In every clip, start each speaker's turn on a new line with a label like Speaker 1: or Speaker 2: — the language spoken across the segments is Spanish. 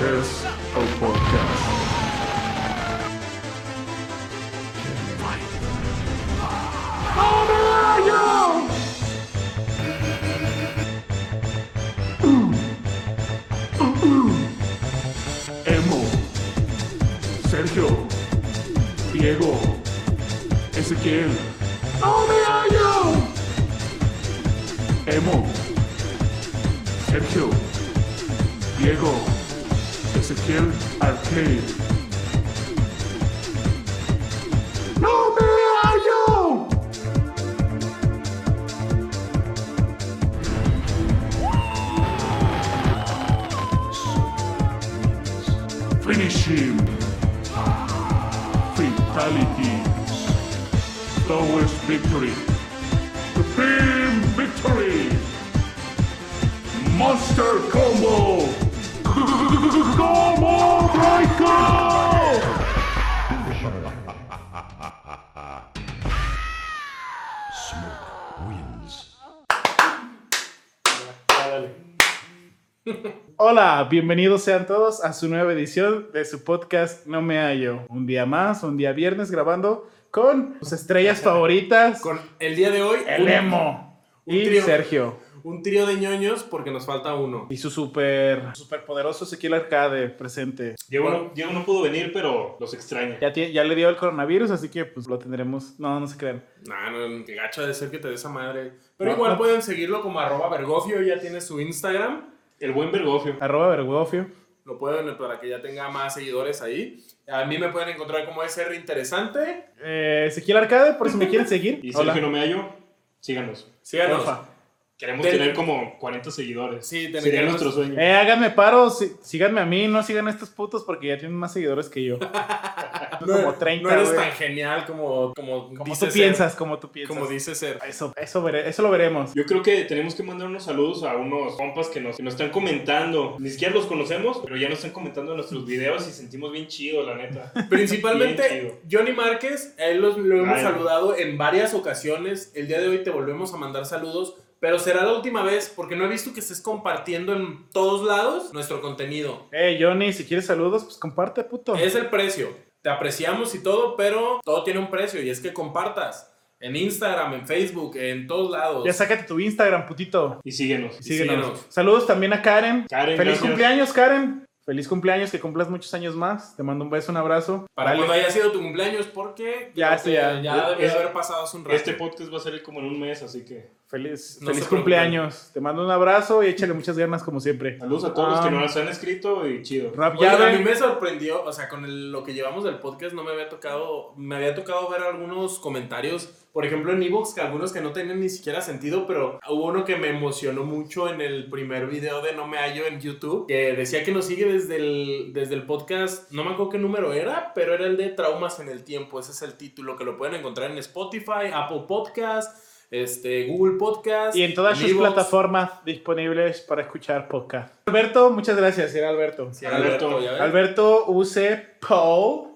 Speaker 1: es el podcast. Emo, Sergio, Diego, Ezequiel. ¡No me hallo! Emo, Sergio, Diego, Ezequiel Arcade. ¡No me hallo! Finish him. Fatality. Lowest victory. Supreme victory. Monster combo. Combo breaker.
Speaker 2: Smoke wins.
Speaker 3: Hola, bienvenidos sean todos a su nueva edición de su podcast No Me Hallo. Un día más, un día viernes grabando con sus estrellas favoritas,
Speaker 4: Con el día de hoy,
Speaker 3: el
Speaker 4: un-
Speaker 3: Emo
Speaker 4: un
Speaker 3: y
Speaker 4: trío.
Speaker 3: Sergio.
Speaker 4: Un trío de ñoños porque nos falta uno.
Speaker 3: Y su super, super poderoso Ezequiel Arcade presente.
Speaker 5: Diego, no, Diego no pudo venir, pero los extraña.
Speaker 3: Ya, tie- ya le dio el coronavirus, así que pues lo tendremos. No, no se crean.
Speaker 4: Nah, no, qué gacho ha de ser que te dé esa madre. Pero
Speaker 3: No,
Speaker 4: igual
Speaker 3: no.
Speaker 4: pueden seguirlo como arroba vergofio, ya tiene su Instagram.
Speaker 5: El buen Bergofio.
Speaker 3: Arroba Vergofio.
Speaker 4: Lo pueden para que ya tenga más seguidores ahí. A mí me pueden encontrar como SR Interesante.
Speaker 3: Eh, Ezequiel Arcade, por si me quieren seguir.
Speaker 5: Y
Speaker 3: Hola.
Speaker 5: Sergio no me hallo, síganos.
Speaker 4: Síganos.
Speaker 3: Porfa.
Speaker 5: Queremos
Speaker 4: Del-
Speaker 5: tener como 40 seguidores.
Speaker 4: Sí, tenemos-
Speaker 5: Sería nuestro sueño.
Speaker 3: Eh, háganme paro, sí- síganme a mí, no sigan a estos putos porque ya tienen más seguidores que yo.
Speaker 4: No,
Speaker 3: como 30,
Speaker 4: no eres
Speaker 3: güey.
Speaker 4: tan genial como, como,
Speaker 3: Como
Speaker 4: dice
Speaker 3: tú
Speaker 4: ser.
Speaker 3: piensas, como tú piensas.
Speaker 4: Como dice ser.
Speaker 3: Eso, eso, vere- eso lo veremos.
Speaker 5: Yo creo que tenemos que mandar unos saludos a unos compas que nos, que nos están comentando. Ni siquiera los conocemos, pero ya nos están comentando nuestros videos y sentimos bien chido, la neta. Bien
Speaker 4: Principalmente
Speaker 5: chido.
Speaker 4: Johnny Márquez, a él los, lo hemos
Speaker 5: Ay.
Speaker 4: saludado en varias ocasiones. El día de hoy te volvemos a mandar saludos, pero será la última vez porque no he visto que estés compartiendo en todos lados nuestro contenido.
Speaker 3: Eh, Johnny, si quieres saludos, pues comparte, puto.
Speaker 4: Es el precio. Te apreciamos y todo, pero todo tiene un precio y es que compartas en Instagram, en Facebook, en todos lados.
Speaker 3: Ya sácate tu Instagram, putito.
Speaker 5: Y síguenos.
Speaker 3: Y Síguenos.
Speaker 4: síguenos.
Speaker 3: Saludos también a Karen.
Speaker 5: Karen,
Speaker 3: Feliz
Speaker 5: gracias.
Speaker 3: cumpleaños, Karen. Feliz cumpleaños, que cumplas muchos años más. Te mando un beso, un abrazo.
Speaker 4: Para
Speaker 3: Dale.
Speaker 4: cuando haya sido tu cumpleaños, porque
Speaker 3: Ya,
Speaker 4: creo
Speaker 3: sí,
Speaker 4: que
Speaker 3: ya.
Speaker 4: ya debió
Speaker 5: Es-
Speaker 4: haber pasado hace un rato.
Speaker 5: Este podcast va a salir como en un mes, así que
Speaker 3: Feliz,
Speaker 4: No
Speaker 3: feliz
Speaker 4: se preocupen.
Speaker 3: cumpleaños. Te mando un abrazo y échale muchas ganas como siempre.
Speaker 5: saludos a todos los
Speaker 3: Ah.
Speaker 5: que nos han escrito y chido.
Speaker 3: Rap
Speaker 4: Oye, a
Speaker 3: llave.
Speaker 4: mí me sorprendió, o sea, con el- lo que llevamos del podcast no me había tocado, me había tocado ver algunos comentarios, por ejemplo en Evox, que algunos que no tenían ni siquiera sentido, pero hubo uno que me emocionó mucho en el primer video de No Me Hallo en YouTube, que decía que nos sigue desde el, desde el podcast, no me acuerdo qué número era, pero era el de Traumas en el Tiempo, ese es el título, que lo pueden encontrar en Spotify, Apple Podcast, este, Google Podcast.
Speaker 3: Y en todas sus
Speaker 4: Evox.
Speaker 3: plataformas disponibles para escuchar podcast. Alberto, muchas gracias, era Alberto.
Speaker 4: Sí, Alberto,
Speaker 5: Alberto.
Speaker 4: ya ves.
Speaker 3: Alberto UC Paul.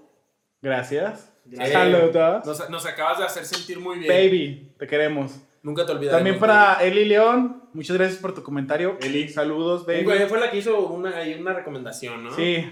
Speaker 3: Gracias.
Speaker 4: Gracias.
Speaker 3: Saludos.
Speaker 4: Nos, nos acabas de hacer sentir muy bien.
Speaker 3: Baby, te queremos.
Speaker 4: Nunca te olvidaré.
Speaker 3: También
Speaker 4: nunca.
Speaker 3: para Eli León, muchas gracias por tu comentario.
Speaker 5: Eli.
Speaker 3: Saludos,
Speaker 4: Un
Speaker 3: baby.
Speaker 4: güey Fue la que hizo una, ahí una recomendación, ¿no?
Speaker 3: Sí,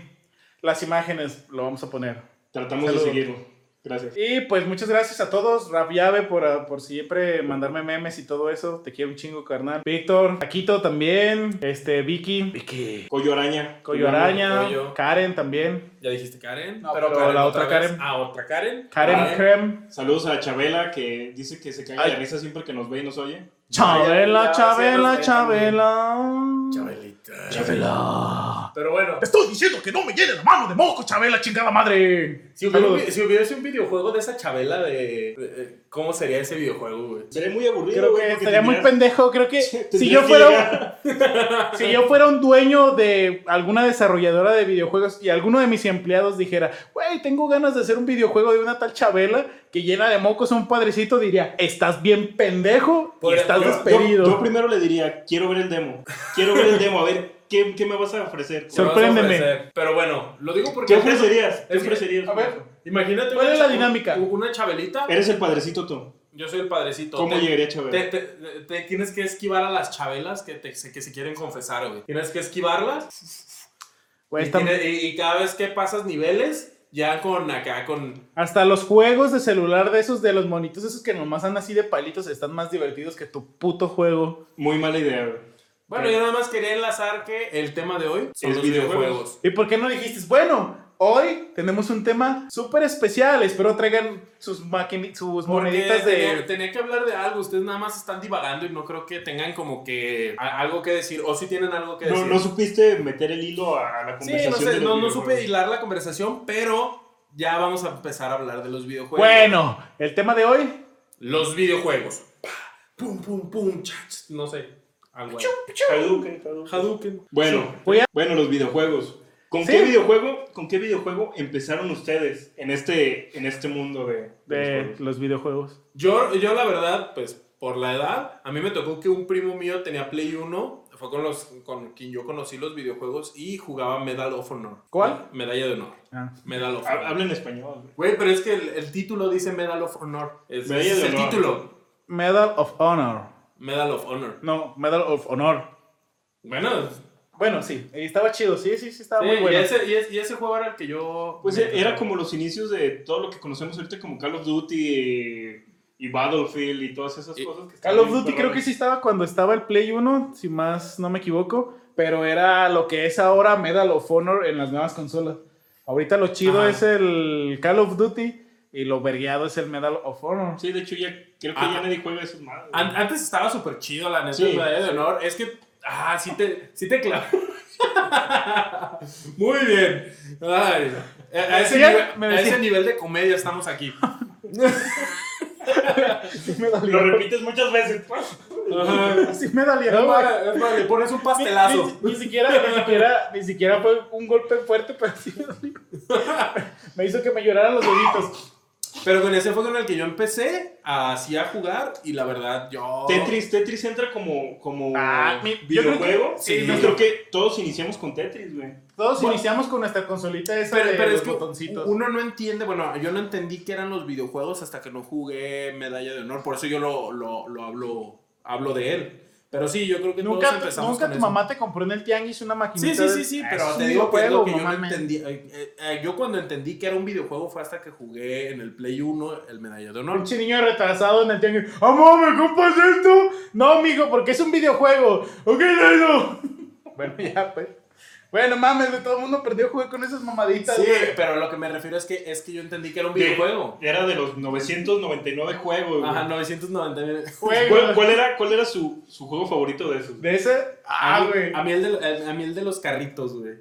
Speaker 3: las imágenes lo vamos a poner.
Speaker 5: Tratamos
Speaker 3: Saludos.
Speaker 5: de seguirlo. Gracias.
Speaker 3: Y pues muchas gracias a todos, Rap Llave, por, ah, por siempre mandarme memes y todo eso. Te quiero un chingo, carnal. Víctor, Taquito también, este, Vicky,
Speaker 5: Coyo Araña.
Speaker 3: Coyo Araña,
Speaker 4: Coyo.
Speaker 3: Karen también,
Speaker 4: Ya dijiste Karen.
Speaker 3: No, pero la otra
Speaker 4: vez.
Speaker 3: Karen.
Speaker 4: Ah, otra Karen.
Speaker 3: Karen Krem,
Speaker 5: Saludos a Chabela que dice que se caga de risa siempre que nos ve y nos oye.
Speaker 3: Chabela,
Speaker 4: ya,
Speaker 3: Chabela,
Speaker 4: ya, ya,
Speaker 3: Chabela.
Speaker 4: Chabelita. Pero bueno,
Speaker 3: Estoy diciendo que no me llene la mano de moco, Chabela, chingada madre.
Speaker 4: si hubiera-
Speaker 3: Saludos.
Speaker 4: si hubiese un videojuego de esa Chabela de. de- ¿Cómo sería ese videojuego, güey?
Speaker 5: Sería muy aburrido.
Speaker 3: Creo
Speaker 5: güey,
Speaker 3: que
Speaker 5: porque
Speaker 3: estaría muy
Speaker 5: tendrías-
Speaker 3: pendejo. Creo que si
Speaker 5: tendrías
Speaker 3: yo
Speaker 5: que
Speaker 3: fuera,
Speaker 5: llegar-
Speaker 3: si yo fuera un dueño de alguna desarrolladora de videojuegos y alguno de mis empleados dijera, güey, tengo ganas de hacer un videojuego de una tal Chabela que llena de mocos a un padrecito, diría, estás bien pendejo y
Speaker 4: Por-
Speaker 3: estás
Speaker 4: yo-
Speaker 5: Yo,
Speaker 3: despedido.
Speaker 5: yo primero le diría, quiero ver el demo. Quiero ver el demo, a ver, ¿qué, qué me vas a ofrecer?
Speaker 4: ¿Qué vas a
Speaker 3: Sorpréndeme.
Speaker 4: ofrecer? Pero bueno, lo digo porque.
Speaker 5: ¿Qué ofrecerías? ¿Qué
Speaker 4: Es que-
Speaker 5: ofrecerías?
Speaker 3: a ver.
Speaker 4: Imagínate.
Speaker 3: ¿Cuál
Speaker 4: una
Speaker 3: es la
Speaker 4: cha-
Speaker 3: dinámica?
Speaker 4: Una Chabelita.
Speaker 5: Eres el padrecito tú.
Speaker 4: Yo soy el padrecito.
Speaker 5: ¿Cómo
Speaker 4: Te-
Speaker 5: llegaría Chabela?
Speaker 4: Te, te- te- te tienes que esquivar a las chabelas que, te- que se quieren confesar, güey. Tienes que esquivarlas.
Speaker 3: Güey,
Speaker 5: Pues
Speaker 4: Y,
Speaker 3: está-
Speaker 4: tiene- y- y cada vez que pasas niveles, ya con acá, con.
Speaker 3: Hasta los juegos de celular de esos, de los monitos esos que nomás andan así de palitos, están más divertidos que tu puto juego.
Speaker 5: Muy mala idea, güey.
Speaker 4: Bueno, yo nada más quería enlazar que el tema de hoy son
Speaker 5: Es
Speaker 4: los
Speaker 5: videojuegos.
Speaker 4: videojuegos.
Speaker 3: ¿Y por qué no dijiste, bueno, hoy tenemos un tema súper especial, espero traigan sus, maquini- sus
Speaker 4: Porque
Speaker 3: moneditas de...
Speaker 4: tenía, tenía que hablar de algo, ustedes nada más están divagando y no creo que tengan como que a- algo que decir, o si tienen algo que
Speaker 5: No,
Speaker 4: decir.
Speaker 5: no supiste meter el hilo a, a la
Speaker 4: Sí, no,
Speaker 5: conversación.
Speaker 4: sé,
Speaker 5: de los
Speaker 4: no, no
Speaker 5: videojuegos.
Speaker 4: supe hilar la conversación, pero ya vamos a empezar a hablar de los videojuegos.
Speaker 3: Bueno, el tema de hoy,
Speaker 4: Los videojuegos. Pa, Pum, pum, pum, chach, no sé. Algo ahí.
Speaker 5: Hadouken, Hadouken.
Speaker 4: Hadouken.
Speaker 5: Bueno,
Speaker 3: Voy a-
Speaker 5: bueno, los videojuegos. ¿Con,
Speaker 3: Sí.
Speaker 5: qué videojuego, ¿Con qué videojuego empezaron ustedes en este, en este mundo de, de los
Speaker 3: de
Speaker 5: juegos?
Speaker 3: los videojuegos.
Speaker 4: Yo, yo la verdad, pues por la edad, a mí me tocó que un primo mío tenía Play 1, fue con, los, con quien yo conocí los videojuegos y jugaba Medal of Honor.
Speaker 3: ¿Cuál?
Speaker 4: Medalla de Honor.
Speaker 3: Ah.
Speaker 4: Medal of
Speaker 5: Ha-
Speaker 4: Honor.
Speaker 5: Habla en español, güey.
Speaker 4: Güey, pero es que el, el título dice Medal of Honor. Es,
Speaker 5: Medalla
Speaker 4: ese
Speaker 5: de
Speaker 4: es el
Speaker 5: Honor.
Speaker 4: título.
Speaker 3: Medal of Honor.
Speaker 4: Medal of Honor.
Speaker 3: No, Medal of Honor.
Speaker 4: Bueno,
Speaker 3: Bueno, sí, y estaba chido, sí, sí, sí, estaba
Speaker 4: sí,
Speaker 3: muy bueno. eh,
Speaker 4: y, ese, y ese- y ese juego era el que yo...
Speaker 5: Pues
Speaker 4: me
Speaker 5: e- era
Speaker 4: encantaba.
Speaker 5: como los inicios de todo lo que conocemos ahorita como Call of Duty y, y Battlefield y todas esas
Speaker 4: Y-
Speaker 5: cosas. Que
Speaker 3: Call
Speaker 5: están
Speaker 3: of
Speaker 5: bien
Speaker 3: Duty creo
Speaker 5: perronas.
Speaker 3: que sí estaba cuando estaba el Play 1, si más no me equivoco, pero era lo que es ahora Medal of Honor en las nuevas consolas. Ahorita lo chido
Speaker 4: Ajá.
Speaker 3: es el Call of Duty y lo vergueado es el Medal of Honor.
Speaker 5: Sí, de hecho ya creo que
Speaker 4: Ah.
Speaker 5: ya nadie juega esos madres. güey.
Speaker 4: An- antes estaba súper chido, la neta,
Speaker 5: Sí.
Speaker 4: el Medalla de Honor. Es que, ah, sí te, sí te clavó. Muy bien. Ay, a, a ese
Speaker 3: Sí,
Speaker 4: nivel,
Speaker 3: me
Speaker 4: a
Speaker 3: decía.
Speaker 4: ese nivel de comedia estamos aquí.
Speaker 5: Lo repites muchas veces. pues.
Speaker 4: Ajá.
Speaker 3: Así me dolió.
Speaker 4: Es
Speaker 3: güey.
Speaker 4: para- es para- le pones un
Speaker 3: Ni-
Speaker 4: pastelazo.
Speaker 3: Ni, ni siquiera, ni, siquiera, ni siquiera fue un golpe fuerte, pero sí me dolió. Me hizo que me lloraran los deditos.
Speaker 4: Pero con ese fue con el que yo empecé así a jugar y la verdad yo...
Speaker 5: Tetris, Tetris entra como, como
Speaker 3: Oh. Ah, mi- yo creo que-
Speaker 5: videojuego.
Speaker 4: sí.
Speaker 5: Yo creo que todos iniciamos con Tetris, güey.
Speaker 3: Todos
Speaker 4: Bueno.
Speaker 3: iniciamos con nuestra consolita esa
Speaker 4: Pero,
Speaker 3: de
Speaker 4: pero
Speaker 3: los
Speaker 4: es que
Speaker 3: botoncitos.
Speaker 4: uno no entiende, bueno, yo no entendí que eran los videojuegos hasta que no jugué Medalla de Honor, por eso yo lo, lo, lo hablo, hablo de él. Pero sí, yo creo que todos
Speaker 3: Nunca,
Speaker 4: empezamos
Speaker 3: nunca
Speaker 4: con
Speaker 3: tu
Speaker 4: eso.
Speaker 3: mamá te compró en el tianguis una
Speaker 4: Sí,
Speaker 3: maquinita.
Speaker 4: sí,
Speaker 3: de-
Speaker 4: sí, sí,
Speaker 3: Ah,
Speaker 4: pero
Speaker 3: es
Speaker 4: te
Speaker 3: un
Speaker 4: digo que es
Speaker 3: videojuego,
Speaker 4: lo que yo no
Speaker 3: mames.
Speaker 4: entendí. Eh, eh, eh, yo cuando entendí que era un videojuego fue hasta que jugué en el Play 1 el Medalla de Honor.
Speaker 3: Pinche niño retrasado en el tianguis. ¡Amá, me compras esto! No, mijo, porque es un videojuego. ¡Ok, no! bueno, ya, pues. Bueno, mames, güey, todo el mundo perdió jugar con esas mamaditas.
Speaker 4: Sí,
Speaker 3: güey.
Speaker 4: pero lo que me refiero es que es que yo entendí que era un videojuego.
Speaker 5: Era de los 999 juegos, güey.
Speaker 4: Ajá, 999.
Speaker 3: Juego.
Speaker 5: ¿Cuál, cuál era, cuál era su, su juego favorito de esos?
Speaker 3: De ese.
Speaker 4: A
Speaker 3: Ah,
Speaker 4: mí-
Speaker 3: güey.
Speaker 4: a mí el de- a mí el de los carritos, güey.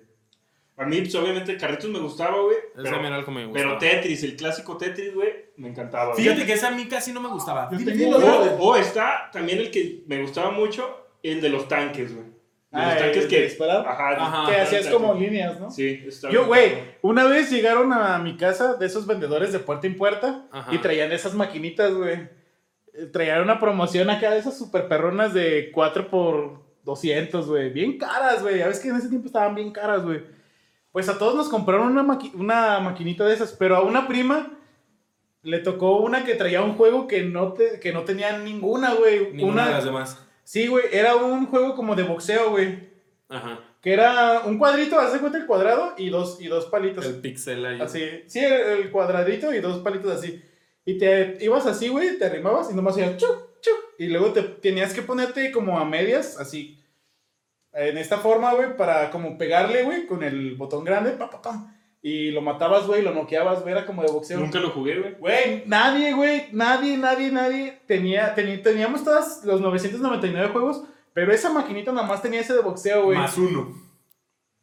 Speaker 5: A mí, pues, obviamente, Carritos me gustaba, güey.
Speaker 4: Ese
Speaker 5: pero-
Speaker 4: también era el que me
Speaker 5: Pero
Speaker 4: gustaba.
Speaker 5: Tetris, el clásico Tetris, güey, me encantaba. güey.
Speaker 4: Fíjate que esa a mí casi no me gustaba.
Speaker 3: Yo
Speaker 4: Di-
Speaker 3: tengo
Speaker 4: dilo,
Speaker 5: O,
Speaker 4: dilo.
Speaker 5: o está también el que me gustaba mucho, el de los tanques, güey. De
Speaker 3: Ah,
Speaker 5: los tanques
Speaker 3: el
Speaker 5: que.
Speaker 3: de disparar.
Speaker 5: Ajá.
Speaker 4: Ajá.
Speaker 3: Que
Speaker 5: de
Speaker 3: hacías
Speaker 5: tanques.
Speaker 3: como líneas, ¿no?
Speaker 5: Sí, está
Speaker 3: Yo,
Speaker 5: bien.
Speaker 3: güey, una vez llegaron a mi casa de esos vendedores de puerta en puerta
Speaker 4: Ajá.
Speaker 3: y traían esas maquinitas, güey. Eh, Traían una promoción acá de esas super perronas de 4 por 200, güey. Bien caras, güey. Ya ves que en ese tiempo estaban bien caras, güey. Pues a todos nos compraron una, maqui- una maquinita de esas, pero a una prima le tocó una que traía un juego que no, te- que no tenía ninguna, güey.
Speaker 4: Ninguna de las
Speaker 3: Una...
Speaker 4: demás.
Speaker 3: Sí, güey, era un juego como de boxeo, güey.
Speaker 4: Ajá.
Speaker 3: Que era un cuadrito, haz de cuenta el cuadrado y dos, y dos palitos.
Speaker 4: El pixel ahí.
Speaker 3: Así, sí, el, el cuadradito y dos palitos así. Y te ibas así, güey, te arrimabas y nomás hacías chup, chup. Y luego te tenías que ponerte como a medias, así. En esta forma, güey, para como pegarle, güey, con el botón grande, pa, pa, pa. Y lo matabas, güey, lo noqueabas, güey, era como de boxeo.
Speaker 5: Nunca lo jugué, güey.
Speaker 3: Güey, nadie, güey, nadie, nadie, nadie tenía, teni- teníamos todas los 999 juegos, pero esa maquinita nada más tenía ese de boxeo, güey.
Speaker 4: Más uno.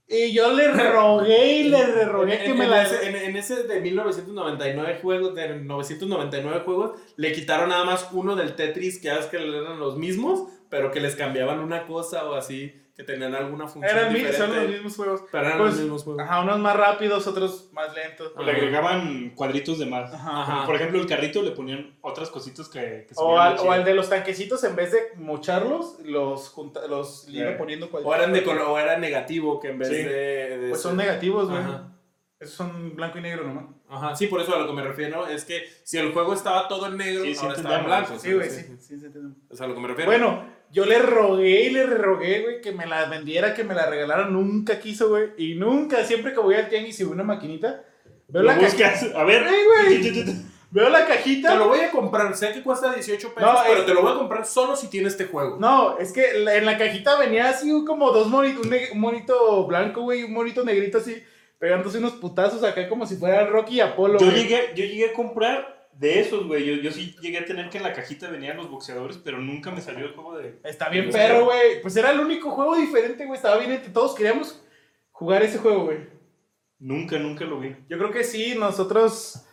Speaker 3: Y yo le rogué y le rogué
Speaker 4: En-
Speaker 3: que
Speaker 4: en-
Speaker 3: me
Speaker 4: en
Speaker 3: la...
Speaker 4: ese- en, en ese de 1999 juegos, de 999 juegos, le quitaron nada más uno del Tetris, que ya ves que eran los mismos, pero que les cambiaban una cosa o así, que tenían alguna función
Speaker 3: Eran mi-
Speaker 4: diferente.
Speaker 3: son los mismos juegos.
Speaker 4: Pero eran
Speaker 3: Pues,
Speaker 4: los mismos juegos.
Speaker 3: Ajá, unos más rápidos, otros más lentos.
Speaker 4: Ah,
Speaker 5: Le agregaban cuadritos de más.
Speaker 3: Ajá.
Speaker 4: Ajá.
Speaker 5: Por ejemplo, el carrito le ponían otras cositas que, que se
Speaker 3: O
Speaker 5: veían
Speaker 3: al,
Speaker 5: más
Speaker 3: o al de los tanquecitos, en vez de mocharlos, los, junta, los le iba
Speaker 5: Sí.
Speaker 3: poniendo
Speaker 4: O
Speaker 3: cualquier.
Speaker 4: eran de color, o era negativo, que en vez
Speaker 5: Sí.
Speaker 4: de, de
Speaker 3: Pues son
Speaker 4: ser-
Speaker 3: negativos, güey.
Speaker 4: Ajá.
Speaker 3: Esos son blanco y negro nomás.
Speaker 4: Ajá, sí, por eso a lo que me refiero es que si el juego estaba todo en negro,
Speaker 5: Sí, sí
Speaker 4: ahora está en
Speaker 5: entendemos.
Speaker 4: blanco.
Speaker 3: Sí, güey, sí. sí, sí, sí.
Speaker 4: O sea, a lo que me refiero.
Speaker 3: Bueno, Yo le rogué y le rogué, güey, que me la vendiera, que me la regalara. Nunca quiso, güey. Y nunca, siempre que voy al tianguis y veo una maquinita, veo,
Speaker 5: Lo
Speaker 3: la, cajita
Speaker 5: buscas. A ver.
Speaker 3: Ey, güey. veo la cajita.
Speaker 4: Te lo voy a comprar, sé que cuesta 18 pesos,
Speaker 3: No,
Speaker 4: pero
Speaker 3: es-
Speaker 4: te lo voy a comprar solo si tiene este juego.
Speaker 3: No, es que la- en la cajita venía así como dos monitos, un, ne- un monito blanco, güey, y un monito negrito así, pegándose unos putazos acá como si fuera Rocky y Apolo.
Speaker 5: Yo
Speaker 3: güey.
Speaker 5: llegué, yo llegué a comprar de esos, güey. Yo, yo sí llegué a tener que en la cajita venían los boxeadores, pero nunca me salió el juego de.
Speaker 3: Está bien, perro, güey. Pues era el único juego diferente, güey. Estaba bien entre todos. Queríamos jugar ese juego, güey.
Speaker 5: Nunca, nunca lo vi.
Speaker 3: Yo creo que sí, nosotros.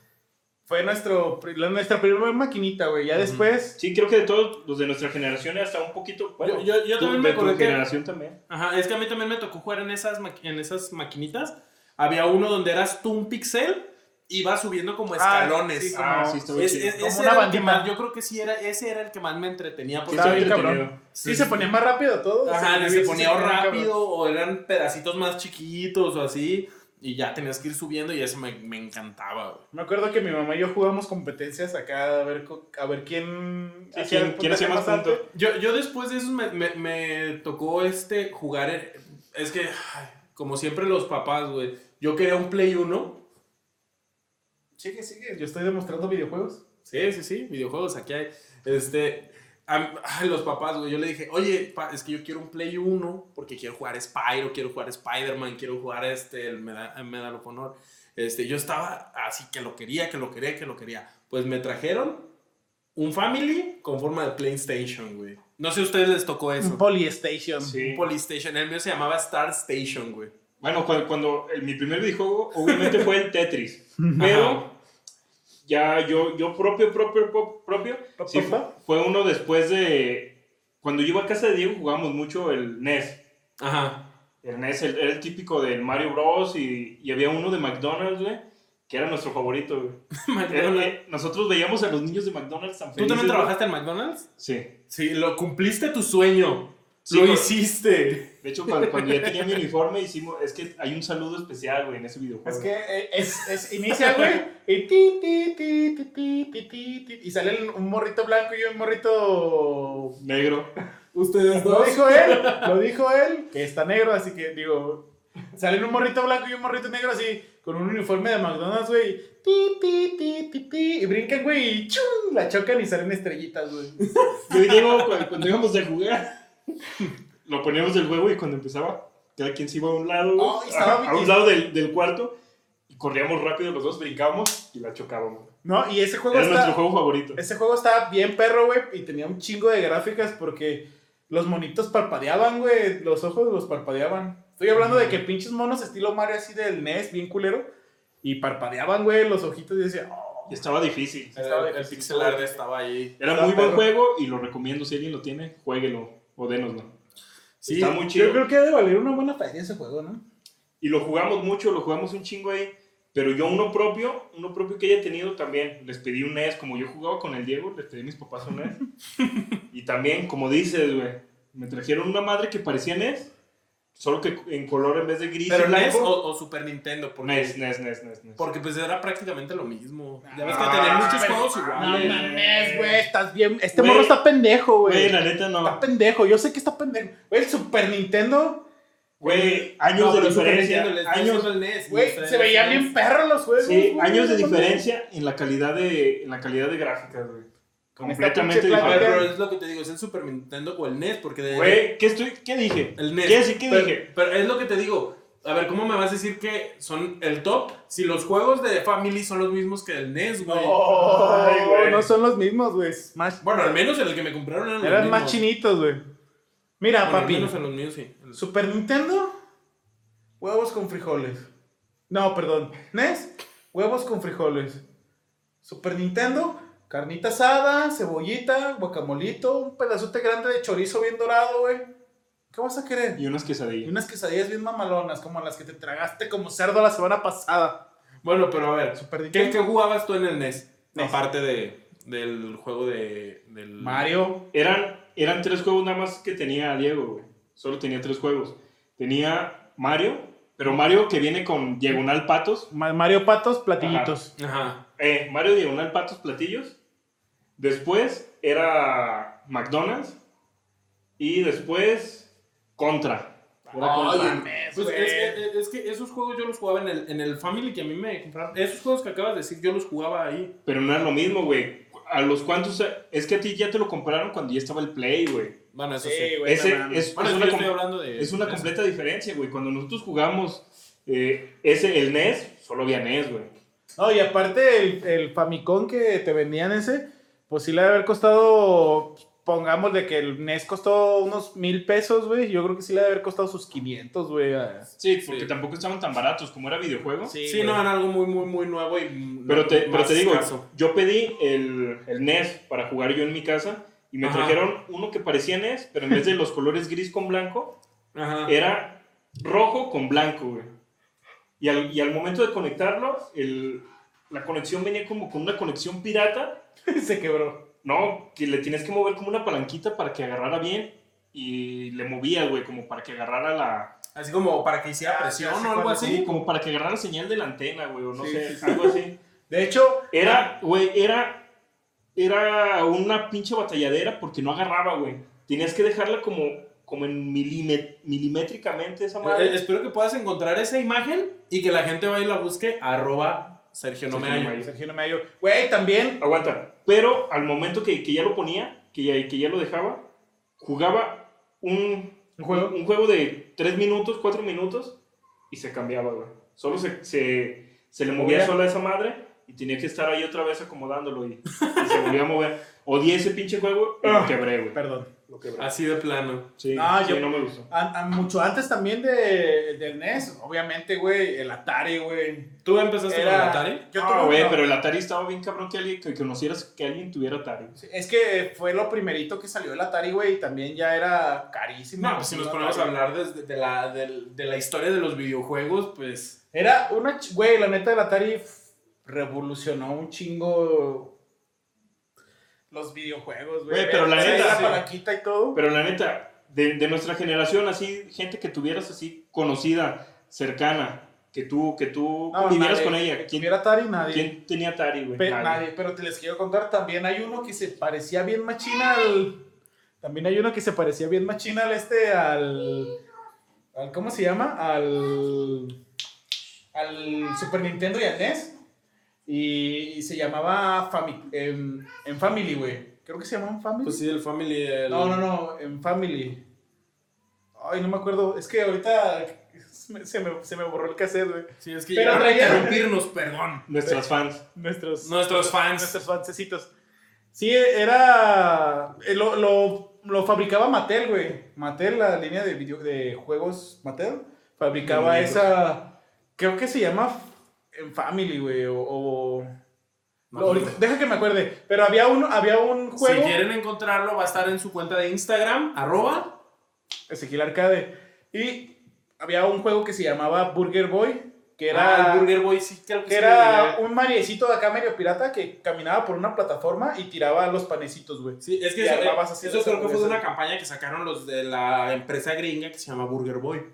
Speaker 3: Fue nuestro, pri- la- nuestra primera maquinita, güey. Ya después.
Speaker 5: Sí, creo que de todos los de nuestra generación, hasta un poquito. Bueno,
Speaker 4: Yo- yo- yo
Speaker 5: tú-
Speaker 4: también
Speaker 5: de
Speaker 4: me acuerdo
Speaker 5: tu
Speaker 4: que-
Speaker 5: generación también.
Speaker 4: Ajá, es que a mí también me tocó jugar en esas, maqui- en esas maquinitas. Había uno donde eras tú un pixel y vas subiendo como escalones.
Speaker 3: sí, como-
Speaker 5: Ah, sí, estaba
Speaker 4: Es-
Speaker 5: chido.
Speaker 4: es-
Speaker 3: Como
Speaker 4: ese
Speaker 3: una
Speaker 4: era el que
Speaker 3: bandita.
Speaker 4: más- yo creo que sí era, ese era el que más me entretenía. Porque
Speaker 3: Estaba
Speaker 5: Sí,
Speaker 3: bien
Speaker 5: entretenido.
Speaker 3: cabrón. Sí, se ponía más rápido todo.
Speaker 4: Ajá,
Speaker 3: Sí,
Speaker 4: se
Speaker 3: sí,
Speaker 4: ponía
Speaker 3: se ponía
Speaker 4: rápido
Speaker 3: cabrón.
Speaker 4: o eran pedacitos más chiquitos o así. Y ya tenías que ir subiendo y eso me, me encantaba, güey.
Speaker 3: Me acuerdo que mi mamá y yo jugamos competencias acá a ver, co- a ver quién.
Speaker 5: Sí,
Speaker 3: hacía
Speaker 5: ¿quién-
Speaker 3: el
Speaker 5: quién hacía más
Speaker 3: puntaje
Speaker 5: puntos?
Speaker 3: alto.
Speaker 4: Yo, yo después de eso me, me- me tocó este jugar. en- es que, ay, como siempre, los papás, güey. Yo quería un Play 1.
Speaker 3: Sigue, sigue. Yo estoy demostrando videojuegos.
Speaker 4: Sí, sí, sí, videojuegos, aquí hay. Este, a, a los papás, güey, yo le dije, oye, pa, es que yo quiero un Play 1 porque quiero jugar Spyro, quiero jugar Spider-Man, quiero jugar este, el Meda- el Medal of Honor. Este, yo estaba así que lo quería, que lo quería, que lo quería. Pues me trajeron un Family con forma de PlayStation, güey. No sé si a ustedes les tocó eso.
Speaker 3: Un Polystation.
Speaker 5: Sí.
Speaker 4: Un Polystation, el mío se llamaba Star Station, güey.
Speaker 5: Bueno, cuando, cuando el- mi primer videojuego, obviamente fue el Tetris. Pero ya yo, yo propio, propio, pro- propio,
Speaker 3: ¿Papá?
Speaker 5: sí, fue, fue uno después de... Cuando yo iba a casa de Diego jugábamos mucho el E NES.
Speaker 4: Ajá.
Speaker 5: El NES el- era el típico del Mario Bros. Y, y había uno de McDonald's, güey, que era nuestro favorito, güey. Era-
Speaker 4: McDonald's.
Speaker 5: eh, nosotros veíamos a los niños de McDonald's tan
Speaker 4: ¿Tú también
Speaker 5: felices. güey.
Speaker 4: trabajaste en McDonald's?
Speaker 5: Sí.
Speaker 4: Sí, lo cumpliste tu sueño.
Speaker 5: Sí,
Speaker 4: lo
Speaker 5: güey.
Speaker 4: hiciste.
Speaker 5: De hecho, cuando, cuando ya tenía mi uniforme, hicimos... Es que hay un saludo especial, güey, en ese videojuego.
Speaker 3: Es que eh, es, es- inicia, güey, y ti, ti, ti, ti, ti, ti, ti, ti, y sale un morrito blanco y un morrito...
Speaker 5: Negro.
Speaker 4: Ustedes
Speaker 3: Lo dijo él, lo dijo él, que está negro, así que, digo, salen un morrito blanco y un morrito negro así, con un uniforme de McDonald's, güey, y ti, ti, ti, ti, ti, y brincan, güey, y chum, la chocan y salen estrellitas, güey.
Speaker 5: Yo y Diego, cuando, cuando íbamos a jugar, lo poníamos del juego y cuando empezaba, cada quien se iba a un lado, güey,
Speaker 3: Oh, y estaba
Speaker 5: a, a un lado del, del cuarto, y corríamos rápido los dos, brincábamos y la chocábamos.
Speaker 3: No, y ese juego
Speaker 5: Era
Speaker 3: está...
Speaker 5: nuestro juego favorito.
Speaker 3: Ese juego estaba bien perro, güey, y tenía un chingo de gráficas porque los monitos parpadeaban, güey, los ojos los parpadeaban. Estoy hablando de que pinches monos estilo Mario así del NES, bien culero, y parpadeaban, güey, los ojitos y decía, "Oh".
Speaker 5: Y estaba difícil.
Speaker 4: El, el pixel art estaba ahí.
Speaker 5: Era
Speaker 3: Está
Speaker 5: muy buen
Speaker 3: perro.
Speaker 5: juego y lo recomiendo. Si alguien lo tiene, jueguelo o denoslo.
Speaker 4: Sí,
Speaker 5: Está muy
Speaker 3: Yo
Speaker 5: chido.
Speaker 3: creo que ha de valer una buena feria ese juego, ¿no?
Speaker 5: Y lo jugamos mucho, lo jugamos un chingo ahí. Pero yo uno propio, uno propio que haya tenido también, les pedí un NES, como yo jugaba con el Diego, les pedí a mis papás un NES. y también, como dices, güey, me trajeron una madre que parecía NES, solo que en color en vez de gris.
Speaker 4: Pero
Speaker 5: y
Speaker 4: NES
Speaker 5: blanco.
Speaker 4: o, o Super Nintendo. Porque,
Speaker 5: NES, NES, NES, NES, NES.
Speaker 4: porque pues era prácticamente lo mismo. Ya ves que
Speaker 5: Ah,
Speaker 4: tenían muchos
Speaker 5: pero-
Speaker 4: juegos
Speaker 5: No,
Speaker 4: iguales.
Speaker 5: no.
Speaker 3: mames, güey, estás bien. Este
Speaker 5: Ah, Güey.
Speaker 3: morro está pendejo,
Speaker 5: Güey,
Speaker 3: güey.
Speaker 5: la
Speaker 3: Está
Speaker 5: neta no.
Speaker 3: pendejo, yo sé que está pendejo. Güey, el Super Nintendo,
Speaker 5: Güey, años de diferencia. Años,
Speaker 4: E
Speaker 3: güey, se veían bien perros los juegos.
Speaker 5: sí,
Speaker 3: güey,
Speaker 5: años de
Speaker 3: no mames.
Speaker 5: diferencia en la calidad de, en la calidad de gráficas, güey.
Speaker 3: Con esta
Speaker 5: Completamente
Speaker 3: pinche placa. eh,
Speaker 5: diferente.
Speaker 4: pero es lo que te digo, es el Super Nintendo o el NES, porque de-
Speaker 5: Güey, ¿qué, estoy, ¿qué dije?
Speaker 3: eh,
Speaker 4: el NES.
Speaker 5: ¿Qué, sí, qué
Speaker 4: pero,
Speaker 5: dije?
Speaker 4: pero es lo que te digo. A ver, ¿cómo me vas a decir que son el top? Si los juegos de Family son los mismos que el NES, güey.
Speaker 3: Oh,
Speaker 5: Ay, güey.
Speaker 3: no son los mismos, güey. Más,
Speaker 4: Bueno, al menos en el que me compraron eran los
Speaker 3: Eran más
Speaker 4: mismos.
Speaker 3: chinitos, güey. Mira,
Speaker 4: Bueno, al
Speaker 3: papi.
Speaker 4: menos en los míos, sí.
Speaker 3: Super Nintendo, huevos con frijoles. No, perdón. NES, huevos con frijoles. Super Nintendo, carnita asada, cebollita, guacamolito, un pedazote grande de chorizo bien dorado, güey. ¿Qué vas a querer?
Speaker 5: Y unas
Speaker 3: Y
Speaker 5: quesadillas.
Speaker 3: unas quesadillas bien mamalonas, como las que te tragaste como cerdo la semana pasada.
Speaker 4: Bueno, pero a ver,
Speaker 3: Super
Speaker 4: ¿Qué,
Speaker 3: Nintendo.
Speaker 4: qué jugabas tú en el NES?
Speaker 3: NES.
Speaker 4: Aparte de, del juego de. Del...
Speaker 3: Mario.
Speaker 5: Eran, eran tres juegos nada más que tenía Diego, güey. Solo tenía tres juegos. Tenía Mario, pero Mario que viene con Diagonal Patos.
Speaker 3: Ma- Mario Patos, platillitos.
Speaker 4: Ajá.
Speaker 5: Eh, Mario Diagonal Patos Platillos. Después era McDonald's. Y después, Contra. Era
Speaker 4: Ay,
Speaker 5: Contra.
Speaker 4: Pues
Speaker 3: güey.
Speaker 4: es, que, es que esos juegos yo los jugaba en el, en el Family que a mí me compraron. Esos juegos que acabas de decir, yo los jugaba ahí.
Speaker 5: Pero no es lo mismo, güey. A los cuantos. Es que a ti ya te lo compraron cuando ya estaba el Play, güey.
Speaker 4: Bueno, eso sí.
Speaker 3: Sí, güey,
Speaker 5: Ese
Speaker 3: no mames.
Speaker 5: es,
Speaker 4: Bueno,
Speaker 5: es
Speaker 4: es que yo
Speaker 5: una
Speaker 4: estoy
Speaker 5: com-
Speaker 4: hablando de.
Speaker 5: es una
Speaker 4: de-
Speaker 5: completa diferencia, güey. Cuando nosotros jugamos eh, ese, el NES, solo había NES, güey.
Speaker 3: No, y aparte el, el Famicom que te vendían ese, pues sí le debe haber costado, pongamos de que el NES costó unos mil pesos, güey. Yo creo que sí le debe haber costado sus 500, güey. a-
Speaker 5: Sí, porque
Speaker 4: sí.
Speaker 5: tampoco estaban tan baratos como era videojuego.
Speaker 4: Sí,
Speaker 3: güey.
Speaker 4: no, era algo muy, muy, muy nuevo y. mm,
Speaker 5: Pero
Speaker 4: más
Speaker 5: te, pero te digo,
Speaker 4: escaso.
Speaker 5: yo pedí el, el NES para jugar yo en mi casa y me
Speaker 4: Ajá.
Speaker 5: trajeron uno que parecía NES, pero en vez de los colores gris con blanco,
Speaker 4: Ajá.
Speaker 5: era rojo con blanco, güey. Y al, y al momento de conectarlo, el- la conexión venía como con una conexión pirata,
Speaker 3: Se quebró.
Speaker 5: no, que le tienes que mover como una palanquita para que agarrara bien. Y le movías, güey, como para que agarrara la...
Speaker 4: Así como para que hiciera
Speaker 3: Ya, ya
Speaker 4: presión
Speaker 3: sé
Speaker 4: o algo
Speaker 3: cuál
Speaker 4: así.
Speaker 5: Como para que agarrara la señal de la antena, güey, o no
Speaker 3: Sí,
Speaker 5: sé,
Speaker 3: sí, sí.
Speaker 5: algo así.
Speaker 3: De hecho,
Speaker 5: Era, güey, era. Era una pinche batalladera porque no agarraba, güey. Tenías que dejarla como, como en milime- milimétricamente esa
Speaker 4: Eh,
Speaker 5: madre.
Speaker 4: espero que puedas encontrar esa imagen y que la gente vaya y la busque. Arroba Sergio
Speaker 5: Sergio
Speaker 4: Nomeayo.
Speaker 5: Nomeayo.
Speaker 3: Sergio no me ayudó. Güey, también.
Speaker 5: Aguanta. Pero al momento que, que ya lo ponía, que ya, que ya lo dejaba, jugaba un,
Speaker 3: ¿Un juego?
Speaker 5: un juego de 3 minutos, 4 minutos y se cambiaba, güey. Solo se, se, se le movía
Speaker 3: Movía.
Speaker 5: sola esa madre y tenía que estar ahí otra vez acomodándolo y, y se volvía a mover. Odié ese pinche juego y
Speaker 3: Ah.
Speaker 5: lo quebré, güey.
Speaker 3: Perdón.
Speaker 5: Lo quebré.
Speaker 4: Así de plano.
Speaker 5: Sí,
Speaker 3: Ah,
Speaker 5: sí,
Speaker 3: yo-
Speaker 5: no me gustó.
Speaker 3: A- a- mucho antes también de, del NES, obviamente, güey, el Atari, güey.
Speaker 4: ¿Tú empezaste con
Speaker 3: Era-
Speaker 4: el Atari?
Speaker 3: Yo
Speaker 5: Ah,
Speaker 3: tuve
Speaker 5: güey,
Speaker 3: uno.
Speaker 5: pero el Atari estaba bien cabrón que alguien que conocieras que alguien tuviera Atari.
Speaker 3: Sí, Es que fue lo primerito que salió el Atari, güey, y también ya era carísimo.
Speaker 4: No, pues si nos ponemos a hablar desde- de, la, del- de la historia de los videojuegos, pues.
Speaker 3: Era una, ch- güey, la neta del Atari f- revolucionó un chingo los videojuegos, güey.
Speaker 5: Güey, pero la
Speaker 3: Sí,
Speaker 5: neta,
Speaker 3: la
Speaker 5: sí.
Speaker 3: palanquita y todo.
Speaker 5: Pero la neta, de, de nuestra generación, así, gente que tuvieras así conocida, cercana, que tú, que tú
Speaker 3: No,
Speaker 5: vivieras
Speaker 3: nadie.
Speaker 5: con ella. ¿Quién,
Speaker 3: Tuviera Atari, nadie.
Speaker 5: quién tenía Atari, güey?
Speaker 4: Pues
Speaker 3: Pe-
Speaker 5: Nadie.
Speaker 3: nadie, pero te les quiero contar, también hay uno que se parecía bien machina al... También hay uno que se parecía bien machina al este, al... al ¿Cómo se llama? Al... Al Super Nintendo y al NES. Y, y se llamaba Fami- en, en Family, güey. Creo que se llamaba en Family.
Speaker 4: Pues sí, el Family. el-
Speaker 3: No, no, no, en Family. Ay, no me acuerdo. Es que ahorita se me, se me- se me borró el cassette, güey.
Speaker 4: Sí, es que
Speaker 3: Pero
Speaker 4: llegaron a
Speaker 3: traía-
Speaker 4: interrumpirnos, perdón.
Speaker 5: Nuestras fans.
Speaker 3: Nuestros...
Speaker 4: Nuestros fans.
Speaker 3: Nuestros fancecitos. Sí, era. eh, Lo, lo- lo fabricaba Mattel, güey. Mattel, la línea de, video, de juegos Mattel, fabricaba
Speaker 5: De muñecos.
Speaker 3: esa. Creo que se llama en Family, güey. O. o-
Speaker 4: No,
Speaker 3: lo- ahorita-
Speaker 4: no.
Speaker 3: deja que me acuerde. Pero había, uno, había un
Speaker 4: Si
Speaker 3: juego.
Speaker 4: quieren encontrarlo, va a estar en su cuenta de Instagram, arroba.
Speaker 3: Ezequiel Arcade. Y había un juego que se llamaba Burger Boy. Que
Speaker 4: Ah,
Speaker 3: era.
Speaker 4: el Burger Boy, sí, creo que
Speaker 3: Que
Speaker 4: sí
Speaker 3: era
Speaker 4: lo llegué.
Speaker 3: un mariecito de acá medio pirata que caminaba por una plataforma y tiraba los panecitos, güey.
Speaker 4: Sí, es que
Speaker 3: y
Speaker 4: eso, eh,
Speaker 3: armabas así
Speaker 4: eso
Speaker 3: las
Speaker 4: creo que fue de una
Speaker 3: hamburguesas.
Speaker 4: campaña que sacaron los de la empresa gringa que se llama Burger Boy.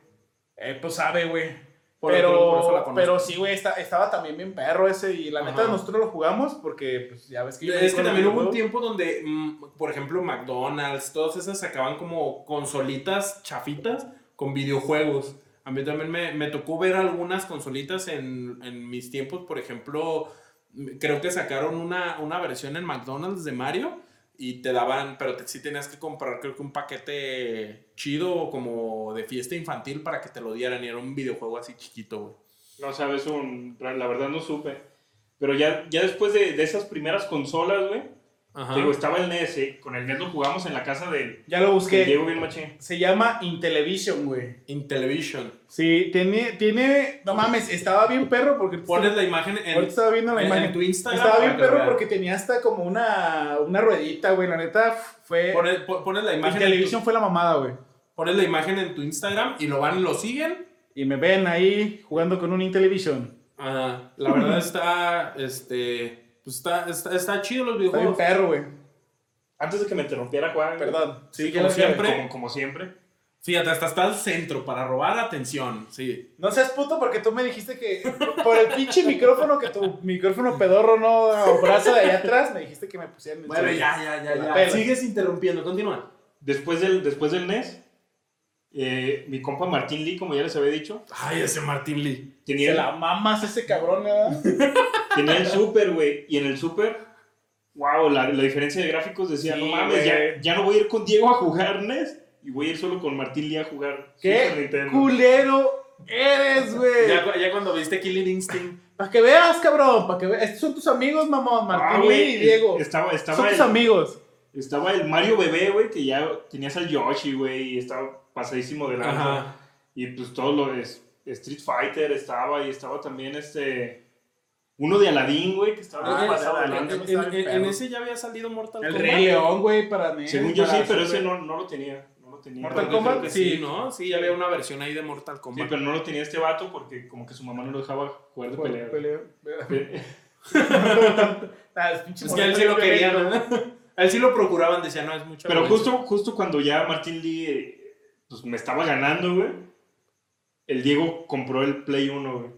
Speaker 3: Eh, pues sabe, güey.
Speaker 4: Por
Speaker 3: pero,
Speaker 4: otro- por eso la conozco.
Speaker 3: pero sí, güey, esta- estaba también bien perro ese. Y la neta,
Speaker 4: Ajá.
Speaker 3: nosotros lo jugamos porque, pues, ya ves que. yo me
Speaker 4: Es que
Speaker 3: acuerdo
Speaker 4: también
Speaker 3: de
Speaker 4: hubo un
Speaker 3: todo.
Speaker 4: tiempo donde, mm, por ejemplo, McDonald's, todas esas sacaban como consolitas chafitas con videojuegos. A mí también me, me tocó ver algunas consolitas en, en mis tiempos, por ejemplo, mm, creo que sacaron una, una versión en McDonald's de Mario y te daban, pero te, sí tenías que comprar creo que un paquete chido como de fiesta infantil para que te lo dieran y era un videojuego así chiquito, güey.
Speaker 5: No sabes, un, la verdad no supe. Pero ya, ya después de, de esas primeras consolas, güey,
Speaker 4: Ajá.
Speaker 5: te digo, estaba el NES, eh, con el NES lo jugamos en la casa del,
Speaker 3: Ya lo
Speaker 5: del
Speaker 3: busqué.
Speaker 5: Diego bien machín.
Speaker 3: Se llama Intellivision, güey.
Speaker 4: In television.
Speaker 3: Sí, tiene, tiene. No mames, estaba bien perro porque.
Speaker 4: Pones la imagen
Speaker 3: Ahorita
Speaker 4: en,
Speaker 3: estaba viendo la
Speaker 4: en-
Speaker 3: imagen.
Speaker 4: en tu Instagram.
Speaker 3: Estaba bien
Speaker 4: para que lo
Speaker 3: perro
Speaker 4: vean.
Speaker 3: porque tenía hasta como una, una ruedita, güey. La neta f- fue.
Speaker 4: Pones, po- pones la imagen
Speaker 3: Intellivision
Speaker 4: En
Speaker 3: fue la mamada, güey.
Speaker 4: tu, pones la imagen en tu Instagram y lo van, lo siguen.
Speaker 3: Y me ven ahí jugando con un Intellivision.
Speaker 4: Ah, la verdad está, este, pues está, está, está chido los
Speaker 3: Está bien
Speaker 4: videojuegos.
Speaker 3: perro, güey.
Speaker 5: Antes de que me interrumpiera, Juan. güey,
Speaker 3: Perdón.
Speaker 4: Sí,
Speaker 3: ¿qué
Speaker 4: como
Speaker 3: les iba a
Speaker 4: siempre.
Speaker 5: Como, como siempre.
Speaker 4: Fíjate, hasta está al centro para robar atención. Sí.
Speaker 3: No seas puto porque tú me dijiste que por el pinche micrófono que tu micrófono pedorro no o brazo de allá atrás me dijiste que me pusieran el
Speaker 4: Bueno,
Speaker 3: cel.
Speaker 4: ya, ya, ya,
Speaker 3: La
Speaker 4: ya.
Speaker 3: pela.
Speaker 4: Sigues interrumpiendo, continúa.
Speaker 5: Después del, después del NES, eh, mi compa Martín Lee, como ya les había dicho,
Speaker 4: Ay, ese Martín Lee.
Speaker 5: tenía
Speaker 3: Te
Speaker 5: el,
Speaker 3: la mamas ese cabrón, ¿eh? ¿verdad?
Speaker 5: tenía el Super, güey. Y en el Super, wow, la, la diferencia de gráficos decía,
Speaker 4: Sí,
Speaker 5: no mames, ya,
Speaker 4: güey.
Speaker 5: ya no voy a ir con Diego a jugar NES. Y voy a ir solo con Martín Lee a jugar Super
Speaker 3: ¡Qué
Speaker 5: Nintendo.
Speaker 3: culero eres, güey!
Speaker 4: Ya, cu- ya cuando viste Killing Instinct.
Speaker 3: Para que veas, cabrón, para que veas. Estos son tus amigos, mamón,
Speaker 5: Ah,
Speaker 3: Martín
Speaker 5: güey,
Speaker 3: y Diego.
Speaker 5: Estaba, estaba
Speaker 3: Son tus
Speaker 5: el-
Speaker 3: amigos.
Speaker 5: Estaba el Mario Bebé, güey, que ya tenías al Yoshi, güey, y estaba pasadísimo de lanza.
Speaker 4: Ajá.
Speaker 5: Y pues todo lo de Street Fighter estaba, y estaba también este. Uno de Aladdin, güey, que estaba
Speaker 4: Ah,
Speaker 5: bien pasado de
Speaker 4: en,
Speaker 5: lanza.
Speaker 4: en- en- en- en ese ya había salido Mortal
Speaker 5: El
Speaker 4: Kombat.
Speaker 5: Rey León,
Speaker 3: güey, para mí.
Speaker 5: Según yo sí, pero ese no, no lo tenía. No lo tenía.
Speaker 3: Mortal
Speaker 5: Pero-
Speaker 3: Kombat,
Speaker 5: creo que sí.
Speaker 4: Sí, ¿no? Sí, ya había una versión ahí de Mortal
Speaker 5: Sí,
Speaker 4: Kombat.
Speaker 5: pero no lo tenía este vato porque como que su mamá no lo dejaba jugar de pelea. güey.
Speaker 3: Ah,
Speaker 4: Es que a él sí lo querían. ¿no? A él sí lo procuraban, decía, no, es mucho.
Speaker 5: Pero justo, justo cuando ya Martín Lee eh, pues, me estaba ganando, güey, el Diego compró el Play 1, güey.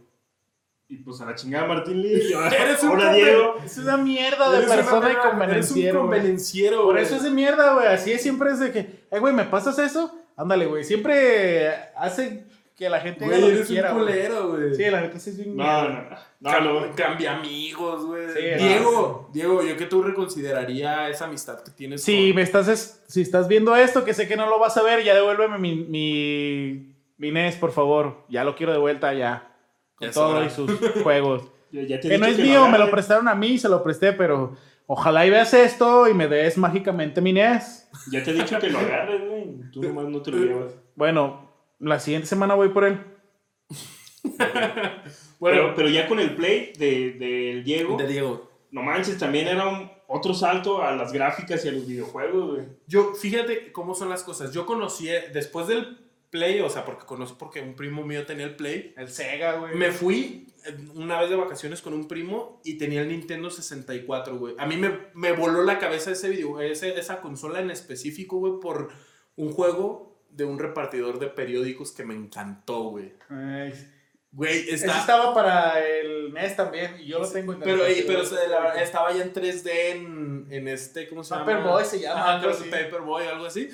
Speaker 5: Y pues a la chingada Martín Lee. y ahora-
Speaker 4: Eres un
Speaker 5: ahora
Speaker 4: conven-
Speaker 5: Diego.
Speaker 3: Es una mierda de
Speaker 4: Eres una
Speaker 3: persona y
Speaker 4: perra, Eres
Speaker 3: convenenciero.
Speaker 4: un
Speaker 3: güey.
Speaker 4: convenenciero,
Speaker 3: Por
Speaker 4: güey.
Speaker 3: eso es de mierda, güey. Así es, siempre es de que, ay, güey, ¿me pasas eso? Ándale, güey. Siempre hace que la gente haga
Speaker 4: Güey,
Speaker 3: lo que
Speaker 4: eres un
Speaker 3: quiera, güey.
Speaker 4: culero, güey.
Speaker 3: Sí, la gente sí es bien
Speaker 5: No,
Speaker 3: mierda.
Speaker 5: no, no. no,
Speaker 4: Cam-
Speaker 5: lo-
Speaker 4: Cambia amigos, güey.
Speaker 3: Sí,
Speaker 4: Diego, Diego, yo que tú reconsideraría esa amistad que tienes.
Speaker 3: Si
Speaker 4: con-
Speaker 3: me estás, es- si estás viendo esto, que sé que no lo vas a ver, ya devuélveme mi, mi, mi NES, por favor. Ya lo quiero de vuelta, ya. Con
Speaker 4: Ya es
Speaker 3: todo
Speaker 4: hora.
Speaker 3: y sus juegos.
Speaker 5: yo ya te he
Speaker 3: que no
Speaker 5: dicho
Speaker 3: es mío, me lo
Speaker 5: agarres.
Speaker 3: prestaron a mí y se lo presté, pero ojalá y veas esto y me des mágicamente mi E NES.
Speaker 5: Ya te he dicho que lo agarres, güey. Tú nomás no te lo llevas.
Speaker 3: Bueno, la siguiente semana voy por él.
Speaker 5: Pero,
Speaker 4: Bueno,
Speaker 5: pero ya con el Play de- del Diego,
Speaker 4: de Diego.
Speaker 5: no manches, también era un- otro salto a las gráficas y a los videojuegos, güey.
Speaker 4: Yo, fíjate cómo son las cosas. Yo conocí, eh, después del Play, o sea, porque conozco, porque un primo mío tenía el Play.
Speaker 3: El Sega, güey.
Speaker 4: Me fui eh, una vez de vacaciones con un primo y tenía el Nintendo 64, güey. A mí me, me voló la cabeza ese video, ese- esa consola en específico, güey, por un juego de un repartidor de periódicos que me encantó, güey. Güey,
Speaker 3: Ese
Speaker 4: está...
Speaker 3: estaba para el NES también y yo lo tengo en el E
Speaker 4: Pero, y- pero
Speaker 3: Nintendo.
Speaker 4: se- la verdad, estaba ya en 3D en, en este, ¿cómo se llama?
Speaker 3: Paperboy se llama,
Speaker 4: Ajá,
Speaker 3: algo
Speaker 4: creo
Speaker 3: así.
Speaker 4: que Paperboy o algo así.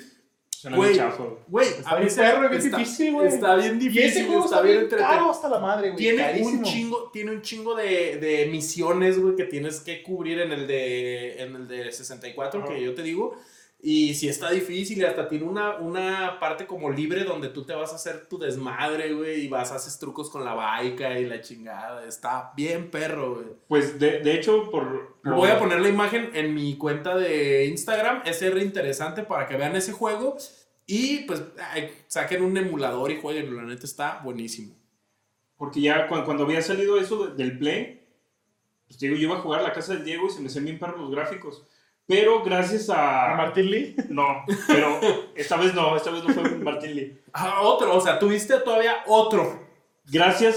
Speaker 5: Suena
Speaker 4: Güey.
Speaker 5: muy chafa, güey.
Speaker 4: Güey,
Speaker 3: Está bien perro, bien difícil, güey.
Speaker 4: Está bien
Speaker 3: Y
Speaker 4: difícil,
Speaker 3: ese juego
Speaker 4: está, bien entretenido.
Speaker 3: caro hasta la madre, güey.
Speaker 4: Tiene un
Speaker 3: carísimo.
Speaker 4: chingo, tiene un chingo de, de misiones, güey, que tienes que cubrir en el de, en el de 64,
Speaker 5: Ajá.
Speaker 4: que yo te digo. Y si está difícil, y hasta tiene una, una parte como libre donde tú te vas a hacer tu desmadre, güey, y vas, haces trucos con la baica y la chingada. Está bien perro, güey.
Speaker 5: Pues de, de hecho, por. por-
Speaker 4: Voy a poner la imagen en mi cuenta de Instagram, es re interesante para que vean ese juego y pues ay, saquen un emulador y jueguen, la neta está buenísimo.
Speaker 5: Porque ya cuan- cuando había salido eso de- del Play, pues te digo, yo iba a jugar a la casa del Diego y se me hacían bien perros los gráficos. Pero gracias
Speaker 3: ¿A
Speaker 5: a.
Speaker 3: Martín Lee?
Speaker 5: No, pero esta vez no, esta vez no fue Martín Lee.
Speaker 4: Ah, otro, o sea, tuviste todavía otro.
Speaker 5: Gracias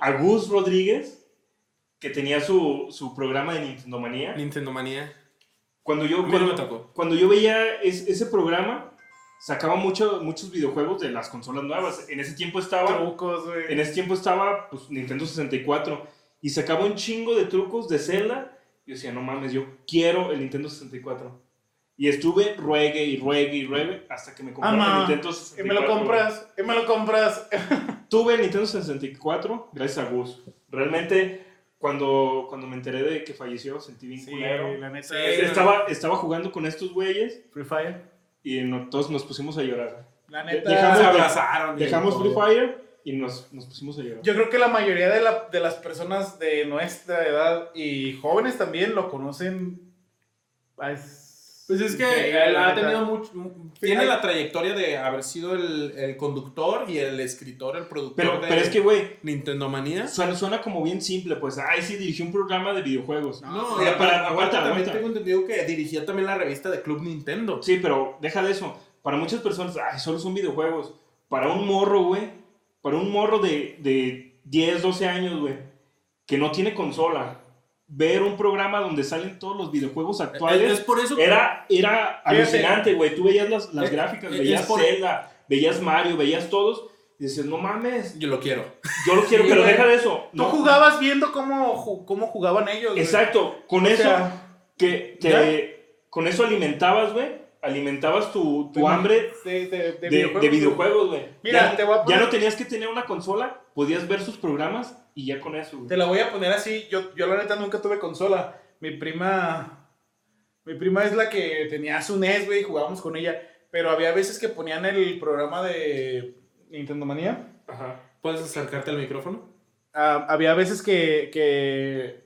Speaker 5: a Gus Rodríguez, que tenía su, su programa de Nintendo Manía.
Speaker 4: Nintendo Manía.
Speaker 5: Cuando yo,
Speaker 4: mí
Speaker 5: cuando,
Speaker 4: no me tocó.
Speaker 5: cuando yo veía es- ese programa, sacaba mucho, muchos videojuegos de las consolas nuevas. En ese tiempo estaba,
Speaker 3: Trucos, güey.
Speaker 5: en ese tiempo estaba pues, Nintendo 64 y sacaba un chingo de trucos de Zelda. Yo decía, no mames, yo quiero el Nintendo 64. Y estuve ruegue y ruegue y ruegue hasta que me compré el
Speaker 3: Ama,
Speaker 5: Nintendo
Speaker 3: Y
Speaker 5: 64.
Speaker 3: me lo compras, y me lo compras.
Speaker 5: Tuve el Nintendo 64 gracias a Gus. Realmente, cuando, cuando me enteré de que falleció, sentí bien culero.
Speaker 3: la neta.
Speaker 4: Sí.
Speaker 3: es-
Speaker 5: Estaba, estaba jugando con estos güeyes
Speaker 3: Free Fire.
Speaker 5: y no- todos nos pusimos a llorar.
Speaker 3: La
Speaker 5: De-
Speaker 3: neta.
Speaker 5: dejamos-
Speaker 4: Se abrazaron. y
Speaker 5: Dejamos
Speaker 4: todo.
Speaker 5: Free Fire y nos, nos pusimos a llorar.
Speaker 3: Yo creo que la mayoría de, la- de las personas de nuestra edad y jóvenes también lo conocen. Ah, es-
Speaker 4: Pues es que
Speaker 3: increíble,
Speaker 4: él
Speaker 3: la
Speaker 4: ha
Speaker 3: neta.
Speaker 4: tenido mucho. mu- Tiene la trayectoria de haber sido el, el conductor y el escritor, el productor
Speaker 5: Pero,
Speaker 4: de
Speaker 5: pero es que, güey,
Speaker 4: Nintendo Manía.
Speaker 5: suena, suena como bien simple, pues, ay, sí, dirigió un programa de videojuegos.
Speaker 4: No,
Speaker 5: Pero
Speaker 4: y
Speaker 5: para-
Speaker 4: aparte
Speaker 5: aguanta,
Speaker 4: también
Speaker 5: aguanta.
Speaker 4: tengo entendido que dirigía también la revista de Club Nintendo.
Speaker 5: Sí, pero deja de eso. Para muchas personas, ay, solo son videojuegos. Para un morro, güey, para un morro de, de 10, 12 años, güey, que no tiene consola, ver un programa donde salen todos los videojuegos actuales.
Speaker 4: Eh, Es, es por eso que-
Speaker 5: Era,
Speaker 3: Fíjate.
Speaker 5: era alucinante, güey. Tú veías las, las
Speaker 4: Eh,
Speaker 5: gráficas,
Speaker 4: eh,
Speaker 5: veías
Speaker 4: es por-
Speaker 5: Zelda, veías Mario, veías todos. Y dices, no mames,
Speaker 4: yo lo quiero.
Speaker 5: yo lo quiero,
Speaker 3: Sí,
Speaker 5: pero
Speaker 3: güey.
Speaker 5: deja de eso.
Speaker 3: Tú
Speaker 5: No,
Speaker 3: jugabas viendo cómo, ju- cómo jugaban ellos. güey.
Speaker 5: exacto. Con
Speaker 3: O
Speaker 5: eso,
Speaker 3: sea,
Speaker 5: que, que- con eso alimentabas, güey, alimentabas tu, tu hambre
Speaker 3: de, de- de
Speaker 5: de,
Speaker 3: videojuegos.
Speaker 5: de videojuegos, güey.
Speaker 3: Mira,
Speaker 5: ya,
Speaker 3: te voy a poner-
Speaker 5: ya no tenías que tener una consola, podías ver sus programas y ya con eso, güey.
Speaker 3: Te la voy a poner así. Yo, yo la neta nunca tuve consola. Mi prima. Mi prima es la que tenía su NES, güey, y jugábamos con ella. Pero había veces que ponían el programa de Nintendo Manía.
Speaker 5: Ajá.
Speaker 4: ¿Puedes acercarte al micrófono?
Speaker 3: Ah, había veces que, que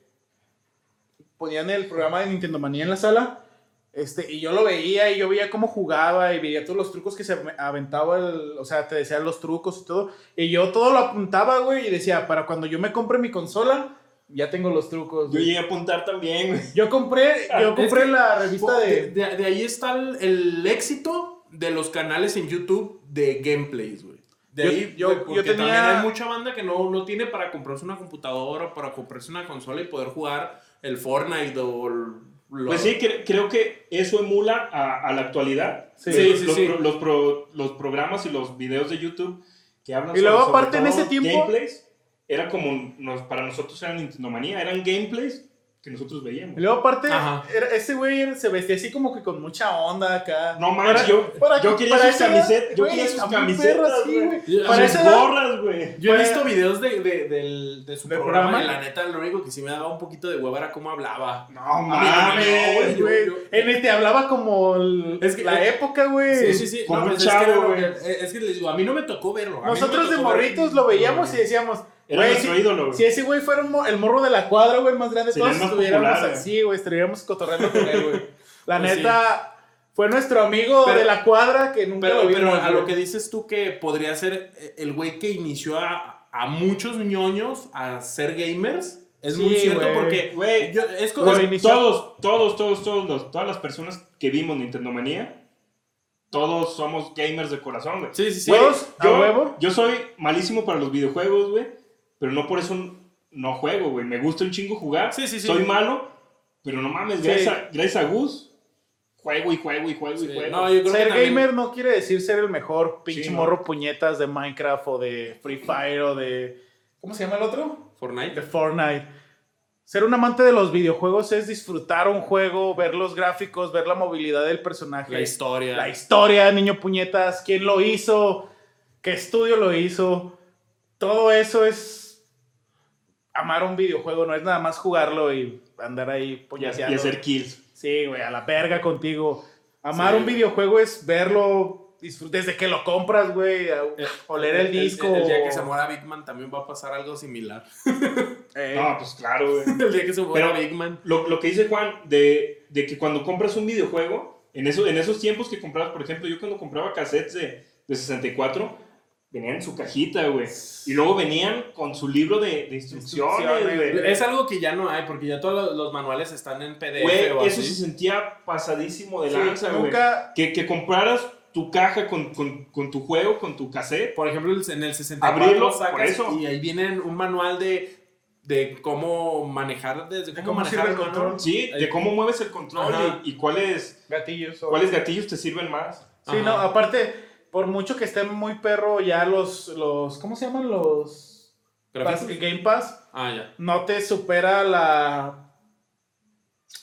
Speaker 3: ponían el programa de Nintendo Manía en la sala. Este, y yo lo veía y yo veía cómo jugaba y veía todos los trucos que se ave- aventaba, el- o sea, te decían los trucos y todo. Y yo todo lo apuntaba, güey, y decía, para cuando yo me compre mi consola, ya tengo los trucos.
Speaker 5: Yo
Speaker 3: güey".
Speaker 5: llegué a apuntar también, güey.
Speaker 3: Yo compré, yo
Speaker 4: Es
Speaker 3: compré
Speaker 4: que-
Speaker 3: la revista de.
Speaker 4: De, de- de ahí está el, el éxito de los canales en YouTube de gameplays, güey. De
Speaker 3: Yo-
Speaker 4: ahí,
Speaker 3: yo-
Speaker 4: güey,
Speaker 3: yo
Speaker 4: porque
Speaker 3: tenía-
Speaker 4: también hay mucha banda que no, no tiene para comprarse una computadora o para comprarse una consola y poder jugar el Fortnite o el- lo-
Speaker 5: Pues sí, cre- creo que eso emula a, a la actualidad.
Speaker 3: Sí,
Speaker 5: los,
Speaker 4: sí,
Speaker 5: los
Speaker 4: sí.
Speaker 5: pro- los pro- los programas y los videos de YouTube que hablan
Speaker 3: Y luego,
Speaker 5: sobre- sobre
Speaker 3: aparte, en
Speaker 5: todo
Speaker 3: ese tiempo-
Speaker 5: gameplays, era como nos- para nosotros era Nintendo Manía, eran gameplays que nosotros veíamos.
Speaker 3: Y luego, aparte,
Speaker 4: Ajá.
Speaker 3: era- ese güey era- se vestía así como que con mucha onda acá.
Speaker 5: No manches, yo,
Speaker 3: Para-
Speaker 5: yo quería
Speaker 3: para
Speaker 5: sus
Speaker 3: esa edad,
Speaker 5: camisetas, yo
Speaker 3: güey,
Speaker 5: quería sus
Speaker 3: está muy perro
Speaker 5: camisetas,
Speaker 3: así,
Speaker 5: güey.
Speaker 3: güey.
Speaker 5: Sus
Speaker 3: Para esa edad,
Speaker 5: gorras, güey.
Speaker 4: Yo he
Speaker 3: Para-
Speaker 4: visto videos de, de- del- de su
Speaker 3: ¿Del
Speaker 4: programa,
Speaker 3: programa?
Speaker 4: y la neta lo único que sí me daba un poquito de hueva era cómo hablaba.
Speaker 5: No
Speaker 4: mames,
Speaker 5: mames,
Speaker 4: yo-
Speaker 3: Ah, güey.
Speaker 4: yo-
Speaker 3: En este hablaba como el-
Speaker 4: Es que-
Speaker 3: la
Speaker 4: eh,
Speaker 3: época, güey.
Speaker 4: Sí, sí, sí.
Speaker 5: Como un
Speaker 4: pues, es que era
Speaker 5: chavo,
Speaker 4: lo que-
Speaker 5: güey.
Speaker 4: eh, Es que les digo, a mí no me tocó verlo. a mí no me
Speaker 3: Nosotros de
Speaker 4: tocó ver-
Speaker 3: morritos lo veíamos y decíamos,
Speaker 5: Era
Speaker 3: güey,
Speaker 5: nuestro
Speaker 3: si,
Speaker 5: ídolo, güey.
Speaker 3: si ese güey fuera un mo- el morro de la cuadra, güey, más grande,
Speaker 5: Sería
Speaker 3: todos
Speaker 5: el más
Speaker 3: estuviéramos
Speaker 5: popular, güey.
Speaker 3: así, güey, estuviéramos cotorreando con él, güey. La
Speaker 4: Pues sí.
Speaker 3: neta, fue nuestro amigo
Speaker 4: Pero-
Speaker 3: de la cuadra que nunca
Speaker 4: Pero,
Speaker 3: lo vimos.
Speaker 4: pero a
Speaker 3: güey.
Speaker 4: lo que dices tú que podría ser eh, el güey que inició a, a muchos ñoños a ser gamers, es
Speaker 3: Sí,
Speaker 4: muy cierto
Speaker 3: güey.
Speaker 4: porque eh,
Speaker 5: Güey, Pues,
Speaker 4: yo- es como-
Speaker 3: Güey, inició-
Speaker 5: todos, todos, todos, todos, los- todas las personas que vimos Nintendo Manía, todos somos gamers de corazón, güey.
Speaker 4: Sí, sí, sí.
Speaker 5: Güey,
Speaker 3: Todos, a
Speaker 5: yo,
Speaker 3: huevo.
Speaker 5: yo soy malísimo para los videojuegos, güey, pero no por eso no juego, güey. Me gusta un chingo jugar,
Speaker 4: Sí, sí, sí.
Speaker 5: soy malo, pero no mames,
Speaker 3: Sí.
Speaker 5: gracias, a, gracias a Gus, juego y juego y juego y juego.
Speaker 4: No, yo creo
Speaker 3: Ser
Speaker 4: que también-
Speaker 3: gamer no quiere decir ser el mejor pinche
Speaker 5: Sí, no.
Speaker 3: morro puñetas de Minecraft o de Free Fire o de... ¿Cómo se llama el otro? de
Speaker 4: Fortnite.
Speaker 3: Fortnite. Ser un amante de los videojuegos es disfrutar un juego, ver los gráficos, ver la movilidad del personaje,
Speaker 4: La historia.
Speaker 3: la historia, niño puñetas, quién lo hizo, qué estudio lo hizo. Todo eso es amar un videojuego, no es nada más jugarlo y andar ahí
Speaker 5: Y,
Speaker 3: puñeteando.
Speaker 5: y hacer kills.
Speaker 3: Sí, güey, a la verga contigo. Amar
Speaker 4: Sí.
Speaker 3: un videojuego es verlo disfrut- desde que lo compras, güey, a-
Speaker 4: Eh,
Speaker 3: oler el, disco.
Speaker 4: El, día que se muera Bigman también va a pasar algo similar.
Speaker 3: Eh,
Speaker 5: No, pues claro, güey.
Speaker 4: el día que se muera
Speaker 5: Pero-
Speaker 4: Bigman.
Speaker 5: Lo, lo que dice Juan, de, de que cuando compras un videojuego, en, eso, en esos tiempos que comprabas, por ejemplo, yo cuando compraba cassettes de, de 64, venían en su cajita, güey. Y luego venían con su libro de, de instrucciones,
Speaker 3: Instrucciones,
Speaker 5: güey.
Speaker 4: Es algo que ya no hay porque ya todos los, los manuales están en PDF o
Speaker 5: Güey, eso se
Speaker 4: así.
Speaker 5: sentía pasadísimo de
Speaker 3: sí,
Speaker 5: lanza, güey.
Speaker 3: nunca,
Speaker 5: Que, que compraras tu caja con, con, con tu juego, con tu cassette.
Speaker 4: Por ejemplo, el- en el 64
Speaker 5: Abrirlo, por
Speaker 4: sacas
Speaker 5: eso.
Speaker 4: y ahí viene un manual de, de cómo manejar, desde cómo,
Speaker 3: cómo
Speaker 4: manejar
Speaker 3: sirve el
Speaker 4: mano.
Speaker 3: control.
Speaker 5: Sí, de cómo mueves el
Speaker 4: Ajá.
Speaker 5: control y, y cuáles,
Speaker 3: gatillos. o-
Speaker 5: cuáles gatillos te sirven más.
Speaker 3: Sí,
Speaker 4: Ajá.
Speaker 3: no, aparte, por mucho que estén muy perro ya los, los ¿cómo se llaman los? Pass-
Speaker 4: Gráficos.
Speaker 3: Game Pass,
Speaker 4: Ah, ya.
Speaker 3: no te supera la,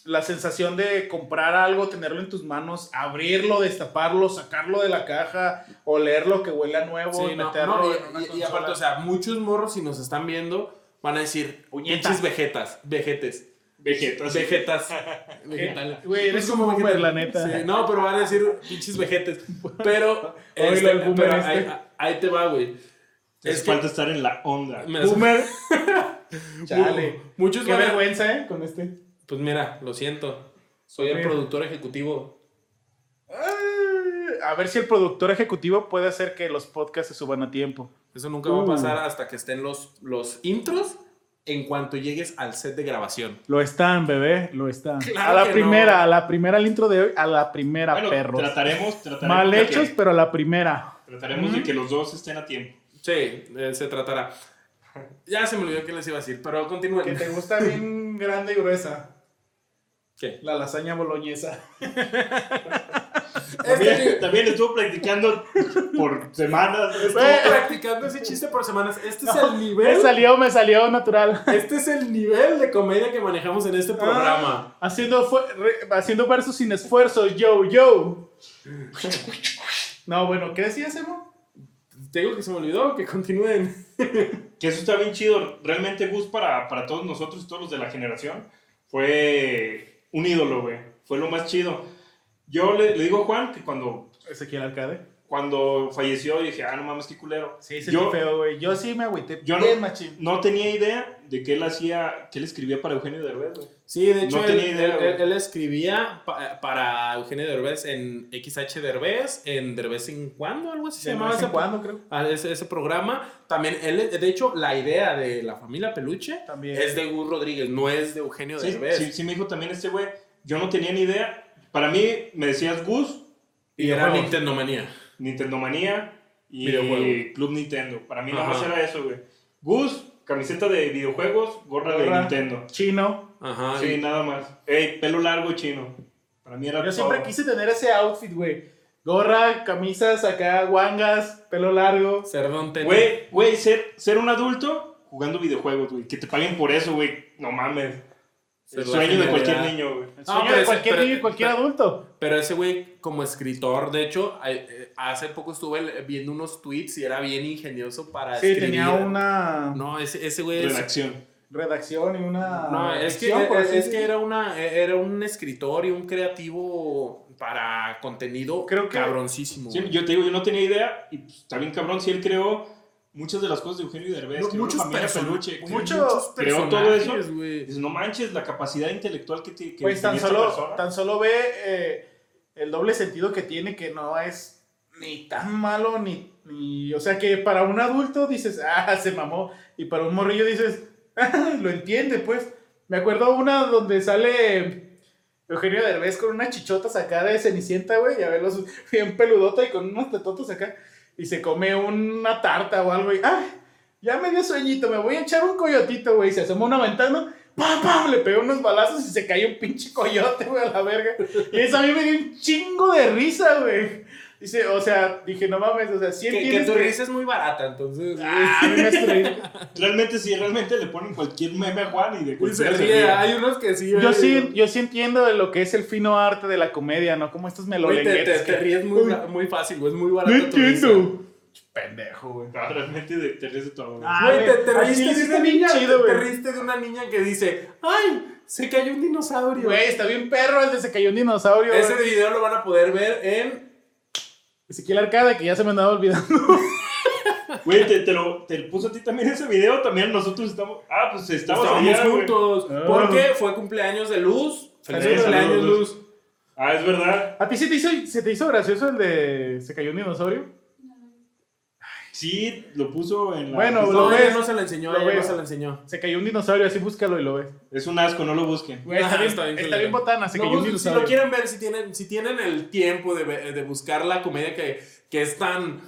Speaker 3: la sensación de comprar algo, tenerlo en tus manos, abrirlo, destaparlo, sacarlo de la caja, oler lo que huele a nuevo,
Speaker 4: Sí,
Speaker 3: y
Speaker 4: no,
Speaker 3: meterlo.
Speaker 4: no, y-
Speaker 3: en una
Speaker 4: y, y
Speaker 3: consola.
Speaker 4: aparte, o sea, muchos morros si nos están viendo van a decir,
Speaker 3: Puñeta.
Speaker 4: pinches vegetas, vegetes,
Speaker 5: Vegetas.
Speaker 4: vegetas.
Speaker 3: Eh,
Speaker 4: vegetales.
Speaker 3: Güey, eres
Speaker 4: Es
Speaker 3: como
Speaker 4: que-
Speaker 3: boomer, la neta.
Speaker 4: Sí, no, pero van a decir pinches vejetes. Pero,
Speaker 3: Oílo,
Speaker 4: este,
Speaker 3: el boomer
Speaker 4: pero
Speaker 3: este.
Speaker 4: ahí, ahí te va, güey.
Speaker 5: Te hace
Speaker 4: Es que-
Speaker 5: falta estar en la onda.
Speaker 4: Me-
Speaker 3: Boomer. Chale.
Speaker 4: Muchos
Speaker 3: Qué
Speaker 4: van a-
Speaker 3: vergüenza, ¿eh? Con este.
Speaker 4: Pues mira, lo siento. Soy el
Speaker 3: Sí.
Speaker 4: productor ejecutivo.
Speaker 3: Ah, A ver si el productor ejecutivo puede hacer que los podcasts se suban a tiempo.
Speaker 4: Eso nunca va a
Speaker 3: Uh.
Speaker 4: pasar hasta que estén los, los intros en cuanto llegues al set de grabación.
Speaker 3: Lo están, bebé, lo están.
Speaker 4: Claro
Speaker 3: a
Speaker 4: que
Speaker 3: la primera,
Speaker 4: no.
Speaker 3: a la primera, al intro de hoy, a la primera,
Speaker 5: Bueno,
Speaker 3: perros.
Speaker 5: trataremos, trataremos,
Speaker 3: Mal
Speaker 5: de
Speaker 3: hechos,
Speaker 5: que-
Speaker 3: pero a la primera.
Speaker 5: trataremos de que los dos estén a tiempo.
Speaker 4: Sí, eh, se tratará. Ya se me olvidó qué les iba a decir, pero continúen.
Speaker 3: gusta bien grande y gruesa.
Speaker 4: ¿Qué?
Speaker 3: La lasaña boloñesa.
Speaker 5: También,
Speaker 4: Este-
Speaker 5: también estuvo practicando por semanas.
Speaker 4: Estuvo
Speaker 3: Güey.
Speaker 4: practicando ese chiste por semanas. Este es el
Speaker 3: Me
Speaker 4: nivel.
Speaker 3: salió, me salió natural.
Speaker 4: Este es el nivel de comedia que manejamos en este programa.
Speaker 3: Haciendo, fue- re- haciendo versos sin esfuerzo, yo, yo. No, bueno, ¿qué decías, Emo?
Speaker 4: Te digo que se me olvidó, que continúen.
Speaker 5: Que eso está bien chido. Realmente Gus para, para todos nosotros y todos los de la generación fue un ídolo, güey. Fue lo más chido. Yo le, le digo a Juan que cuando,
Speaker 3: Ezequiel Arcade.
Speaker 5: cuando falleció dije, ah, no mames, qué culero.
Speaker 3: Sí, se
Speaker 5: yo,
Speaker 3: feo, güey. Yo sí me agüité.
Speaker 5: yo no,
Speaker 3: bien machín.
Speaker 5: no tenía idea de que él hacía, que él escribía para Eugenio Derbez, güey.
Speaker 4: Sí, de hecho,
Speaker 5: No
Speaker 4: él,
Speaker 5: tenía idea,
Speaker 4: él-
Speaker 5: güey.
Speaker 4: él- él escribía pa- para Eugenio Derbez en XH Derbez, en Derbez en cuando, algo así se
Speaker 3: De
Speaker 4: llamaba
Speaker 3: vez
Speaker 4: ese,
Speaker 3: en cuando, creo.
Speaker 4: a ese, ese programa. También, él, de hecho, la idea de la familia Peluche
Speaker 3: También.
Speaker 4: es de Gus Rodríguez, no es de Eugenio
Speaker 5: Sí,
Speaker 4: Derbez.
Speaker 5: sí, sí me dijo también este güey. Yo no tenía ni idea. Para mí me decías Gus,
Speaker 4: Y era
Speaker 5: Videojuegos.
Speaker 4: Nintendo Manía.
Speaker 5: Nintendo Manía y
Speaker 4: Videojuego.
Speaker 5: Club Nintendo. Para mí nada
Speaker 4: Ajá.
Speaker 5: más era eso, güey. Gus, camiseta de videojuegos, gorra de
Speaker 3: Gorra.
Speaker 5: Nintendo.
Speaker 3: Chino.
Speaker 4: Ajá.
Speaker 5: Sí, nada más. Ey, pelo largo chino. Para mí era
Speaker 3: Yo siempre
Speaker 5: todo.
Speaker 3: quise tener ese outfit, güey. Gorra, camisas acá, guangas, pelo largo.
Speaker 4: Cerdón tenía.
Speaker 5: Güey, güey, ser, ser un adulto jugando videojuegos, güey. Que te paguen por eso, güey. No mames.
Speaker 4: Se
Speaker 5: El
Speaker 4: lo
Speaker 5: sueño de
Speaker 4: hacen
Speaker 5: cualquier
Speaker 4: realidad.
Speaker 5: niño, güey.
Speaker 3: El
Speaker 4: No,
Speaker 3: sueño
Speaker 4: pero
Speaker 3: de
Speaker 4: ese-
Speaker 3: cualquier
Speaker 4: pero-
Speaker 3: niño y cualquier
Speaker 4: pero-
Speaker 3: adulto.
Speaker 4: Pero ese güey, como escritor, de hecho, a- eh, hace poco estuve viendo unos tweets y era bien ingenioso para
Speaker 3: Sí,
Speaker 4: escribir.
Speaker 3: tenía una
Speaker 4: No, ese, ese güey. es-
Speaker 5: Redacción.
Speaker 3: redacción y una.
Speaker 4: No, es que, eh,
Speaker 3: edición, por
Speaker 4: es,
Speaker 3: así
Speaker 4: es que
Speaker 3: decirlo.
Speaker 4: era, una, e, era un escritor y un creativo para contenido
Speaker 3: Creo que-
Speaker 4: cabroncísimo.
Speaker 5: Sí,
Speaker 4: güey.
Speaker 5: yo te digo, yo no tenía idea. Y pues, está bien cabrón si él creó muchas de las cosas de Eugenio Derbez.
Speaker 4: No,
Speaker 5: creó
Speaker 4: muchos
Speaker 5: Familia
Speaker 4: person-
Speaker 5: Peluche, creó
Speaker 3: mucho-
Speaker 5: creó todo eso.
Speaker 4: personajes, güey.
Speaker 5: Dices, no manches la capacidad intelectual que, te, que
Speaker 3: Pues tan
Speaker 5: tenía esta
Speaker 3: solo,
Speaker 5: persona.
Speaker 3: tan solo ve eh, el doble sentido que tiene, que no es ni tan malo, ni, ni. O sea, que para un adulto dices, ah, se mamó. Y para un morrillo dices, ah, lo entiende, pues. Me acuerdo una donde sale Eugenio Derbez con unas chichotas acá de Cenicienta, güey, y a verlos bien peludota y con unos tetotos acá. Y se come una tarta o algo y, ah, ya me dio sueñito, me voy a echar un coyotito, güey. Se asoma una ventana, ¡pam, pam! Le pegó unos balazos y se cayó un pinche coyote, güey, a la verga. Y eso a mí me dio un chingo de risa, güey. Dice, o sea, dije, no mames, o sea, sí
Speaker 4: Que, que
Speaker 3: entiendes
Speaker 4: tu
Speaker 3: que-
Speaker 4: risa es muy barata, entonces. güey.
Speaker 3: Ah, a mí me estrellé.
Speaker 5: Realmente, sí, realmente le ponen cualquier meme a Juan y de
Speaker 4: Y se
Speaker 5: cualquier
Speaker 4: ríe, hay unos que sí.
Speaker 3: pues, Yo
Speaker 4: güey.
Speaker 3: sí, yo sí entiendo de lo que es el fino arte de la comedia, ¿no? Como estos
Speaker 4: Güey, te,
Speaker 3: melolenguetes.
Speaker 4: te- te
Speaker 3: que-
Speaker 4: ríes muy,
Speaker 3: Uy,
Speaker 4: ra- muy fácil, güey. Es muy
Speaker 3: No
Speaker 4: barato. tu risa.
Speaker 3: entiendo. Pendejo, güey.
Speaker 5: No, Ah, realmente de, te ríes de todo. güey.
Speaker 3: Ah,
Speaker 4: Güey, te,
Speaker 3: güey,
Speaker 4: te
Speaker 3: así
Speaker 4: reíste
Speaker 3: sí
Speaker 4: de
Speaker 3: está
Speaker 4: una
Speaker 3: bien
Speaker 4: niña,
Speaker 3: chido,
Speaker 4: te
Speaker 3: güey.
Speaker 4: reíste de una niña que dice, ay, se cayó un dinosaurio.
Speaker 3: Güey, está bien perro el de se cayó un dinosaurio.
Speaker 4: Ese
Speaker 3: güey.
Speaker 4: video lo van a poder ver en...
Speaker 3: Ezequiel Arcada, que ya se me andaba olvidando.
Speaker 5: Güey, te, te lo te lo puso a ti también ese video. También nosotros estamos. Ah, pues estamos,
Speaker 4: Estábamos
Speaker 5: allá, güey.
Speaker 4: juntos.
Speaker 3: Ah.
Speaker 4: Porque fue cumpleaños de Luz. Feliz
Speaker 3: Saludos,
Speaker 4: cumpleaños,
Speaker 5: saludos,
Speaker 4: Luz.
Speaker 5: Ah, es verdad.
Speaker 3: ¿A ti se te, hizo, se te hizo gracioso el de se cayó un dinosaurio?
Speaker 5: Sí, lo puso en la.
Speaker 3: Bueno,
Speaker 5: es-
Speaker 3: lo
Speaker 4: No, ella
Speaker 3: ves.
Speaker 4: no se la enseñó,
Speaker 3: Lo
Speaker 4: ella no
Speaker 3: ves.
Speaker 4: se la enseñó.
Speaker 3: Se cayó un dinosaurio, así búscalo y lo ves.
Speaker 5: Es un asco, no lo busquen.
Speaker 3: Güey, está,
Speaker 4: Ah,
Speaker 3: bien,
Speaker 4: está bien
Speaker 3: está
Speaker 4: culero.
Speaker 3: bien botana, se
Speaker 4: No,
Speaker 3: cayó un
Speaker 4: pues, si
Speaker 3: dinosaurio.
Speaker 4: lo quieren ver, si tienen, si tienen el tiempo de, ve- de buscar la comedia que, que es tan...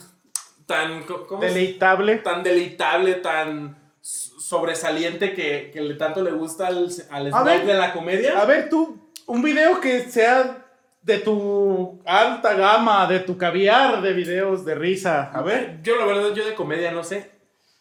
Speaker 4: tan ¿cómo se-
Speaker 3: Deleitable.
Speaker 4: tan deleitable, tan s- sobresaliente que, que le tanto le gusta al, al
Speaker 3: A ver,
Speaker 4: snack de la comedia.
Speaker 3: A ver tú, un video que sea de tu alta gama, de tu caviar de videos de risa. A ver.
Speaker 4: Yo la verdad, yo de comedia no sé.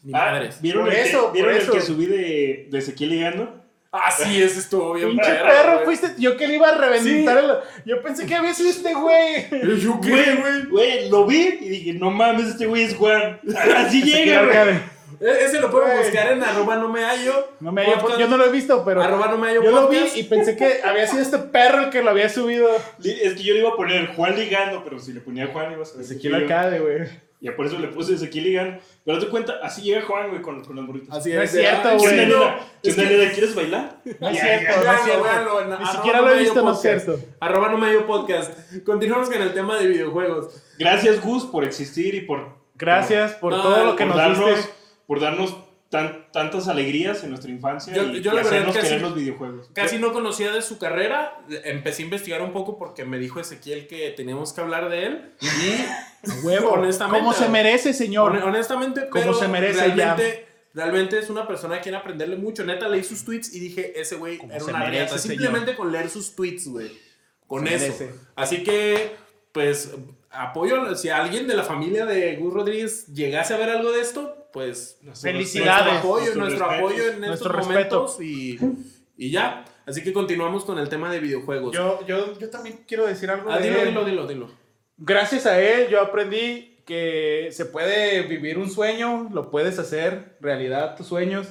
Speaker 4: Ni
Speaker 5: Ah,
Speaker 4: madres.
Speaker 5: ¿Vieron,
Speaker 3: Por
Speaker 5: el,
Speaker 3: eso,
Speaker 5: que,
Speaker 3: por
Speaker 5: ¿vieron el
Speaker 3: eso.
Speaker 5: que subí de, de Ezequiel llegando?
Speaker 4: Así es, Ah, estuvo bien
Speaker 3: Pinche
Speaker 4: perro,
Speaker 3: perro,
Speaker 4: güey.
Speaker 3: fuiste. Yo que le iba a reventar el- Yo pensé que había sido este güey.
Speaker 4: ¿Yo qué, güey?
Speaker 5: Güey, lo vi y dije, no mames, este güey es Juan. Así llega, güey.
Speaker 4: E- Ese lo pueden
Speaker 3: Güey.
Speaker 4: buscar en arroba no me hallo.
Speaker 3: No me hallo,
Speaker 4: Podcast.
Speaker 3: yo no lo he visto, pero.
Speaker 4: Arroba no me hallo
Speaker 3: yo lo vi
Speaker 4: podcast.
Speaker 3: y pensé que había sido este perro el que lo había subido.
Speaker 5: Li- Es que yo le iba a poner Juan ligando, pero si le ponía Juan iba a ser
Speaker 3: Ezequiel Arcade, güey.
Speaker 5: Y por eso le puse Ezequiel ligando. Pero te cuenta, así llega Juan, güey, con, con las morritas.
Speaker 4: Así
Speaker 3: No es cierto,
Speaker 4: Ay,
Speaker 5: ¿Qué
Speaker 3: güey.
Speaker 5: onda,
Speaker 4: no,
Speaker 5: nena? ¿Qué
Speaker 4: es
Speaker 5: onda,
Speaker 4: que-
Speaker 5: nena? ¿Quieres bailar?
Speaker 3: No es
Speaker 5: Ya,
Speaker 3: cierto, no
Speaker 4: Véanlo,
Speaker 3: es cierto.
Speaker 4: véanlo en
Speaker 3: Ni
Speaker 4: arroba
Speaker 3: siquiera
Speaker 4: no
Speaker 3: lo he
Speaker 4: me
Speaker 3: visto,
Speaker 4: hallo
Speaker 3: no es
Speaker 4: podcast.
Speaker 3: cierto.
Speaker 4: Arroba no me hallo podcast. Continuamos con el tema de videojuegos.
Speaker 5: Gracias, Gus, por existir y por,
Speaker 3: Gracias por
Speaker 4: No,
Speaker 3: todo lo que
Speaker 5: por
Speaker 3: nos
Speaker 5: darnos,
Speaker 3: diste.
Speaker 5: por darnos tan- tantas alegrías en nuestra infancia
Speaker 4: Yo-
Speaker 5: y,
Speaker 4: yo la
Speaker 5: y
Speaker 4: verdad
Speaker 5: hacernos
Speaker 4: que
Speaker 5: querer
Speaker 4: sí.
Speaker 5: los videojuegos.
Speaker 4: Casi no conocía de su carrera. Empecé a investigar un poco porque me dijo Ezequiel que teníamos que hablar de él. Y
Speaker 3: Huevo.
Speaker 4: honestamente,
Speaker 3: Como se merece,
Speaker 4: hon-
Speaker 3: señor.
Speaker 4: honestamente,
Speaker 3: Como
Speaker 4: pero
Speaker 3: se merece ya.
Speaker 4: realmente, realmente es una persona a quien aprenderle mucho. Neta, leí sus tweets y dije, ese güey
Speaker 3: Como
Speaker 4: era
Speaker 3: se
Speaker 4: una
Speaker 3: merece,
Speaker 4: reata.
Speaker 3: señor.
Speaker 4: Simplemente con leer sus tweets, güey. Con
Speaker 3: Se
Speaker 4: eso.
Speaker 3: merece.
Speaker 4: Así que pues apoyo, si alguien de la familia de Gus Rodríguez llegase a ver algo de esto, pues
Speaker 5: Nuestro
Speaker 3: Felicidades.
Speaker 5: respeto,
Speaker 4: apoyo, nuestro
Speaker 5: respeto.
Speaker 4: apoyo en
Speaker 3: Nuestro
Speaker 4: estos
Speaker 3: respeto.
Speaker 4: momentos y, y ya. Así que continuamos con el tema de videojuegos.
Speaker 3: Yo, yo, yo también quiero decir algo.
Speaker 4: Ah,
Speaker 3: de
Speaker 4: dilo,
Speaker 3: él.
Speaker 4: dilo, dilo, dilo.
Speaker 3: Gracias a él yo aprendí que se puede vivir un sueño, lo puedes hacer realidad tus sueños.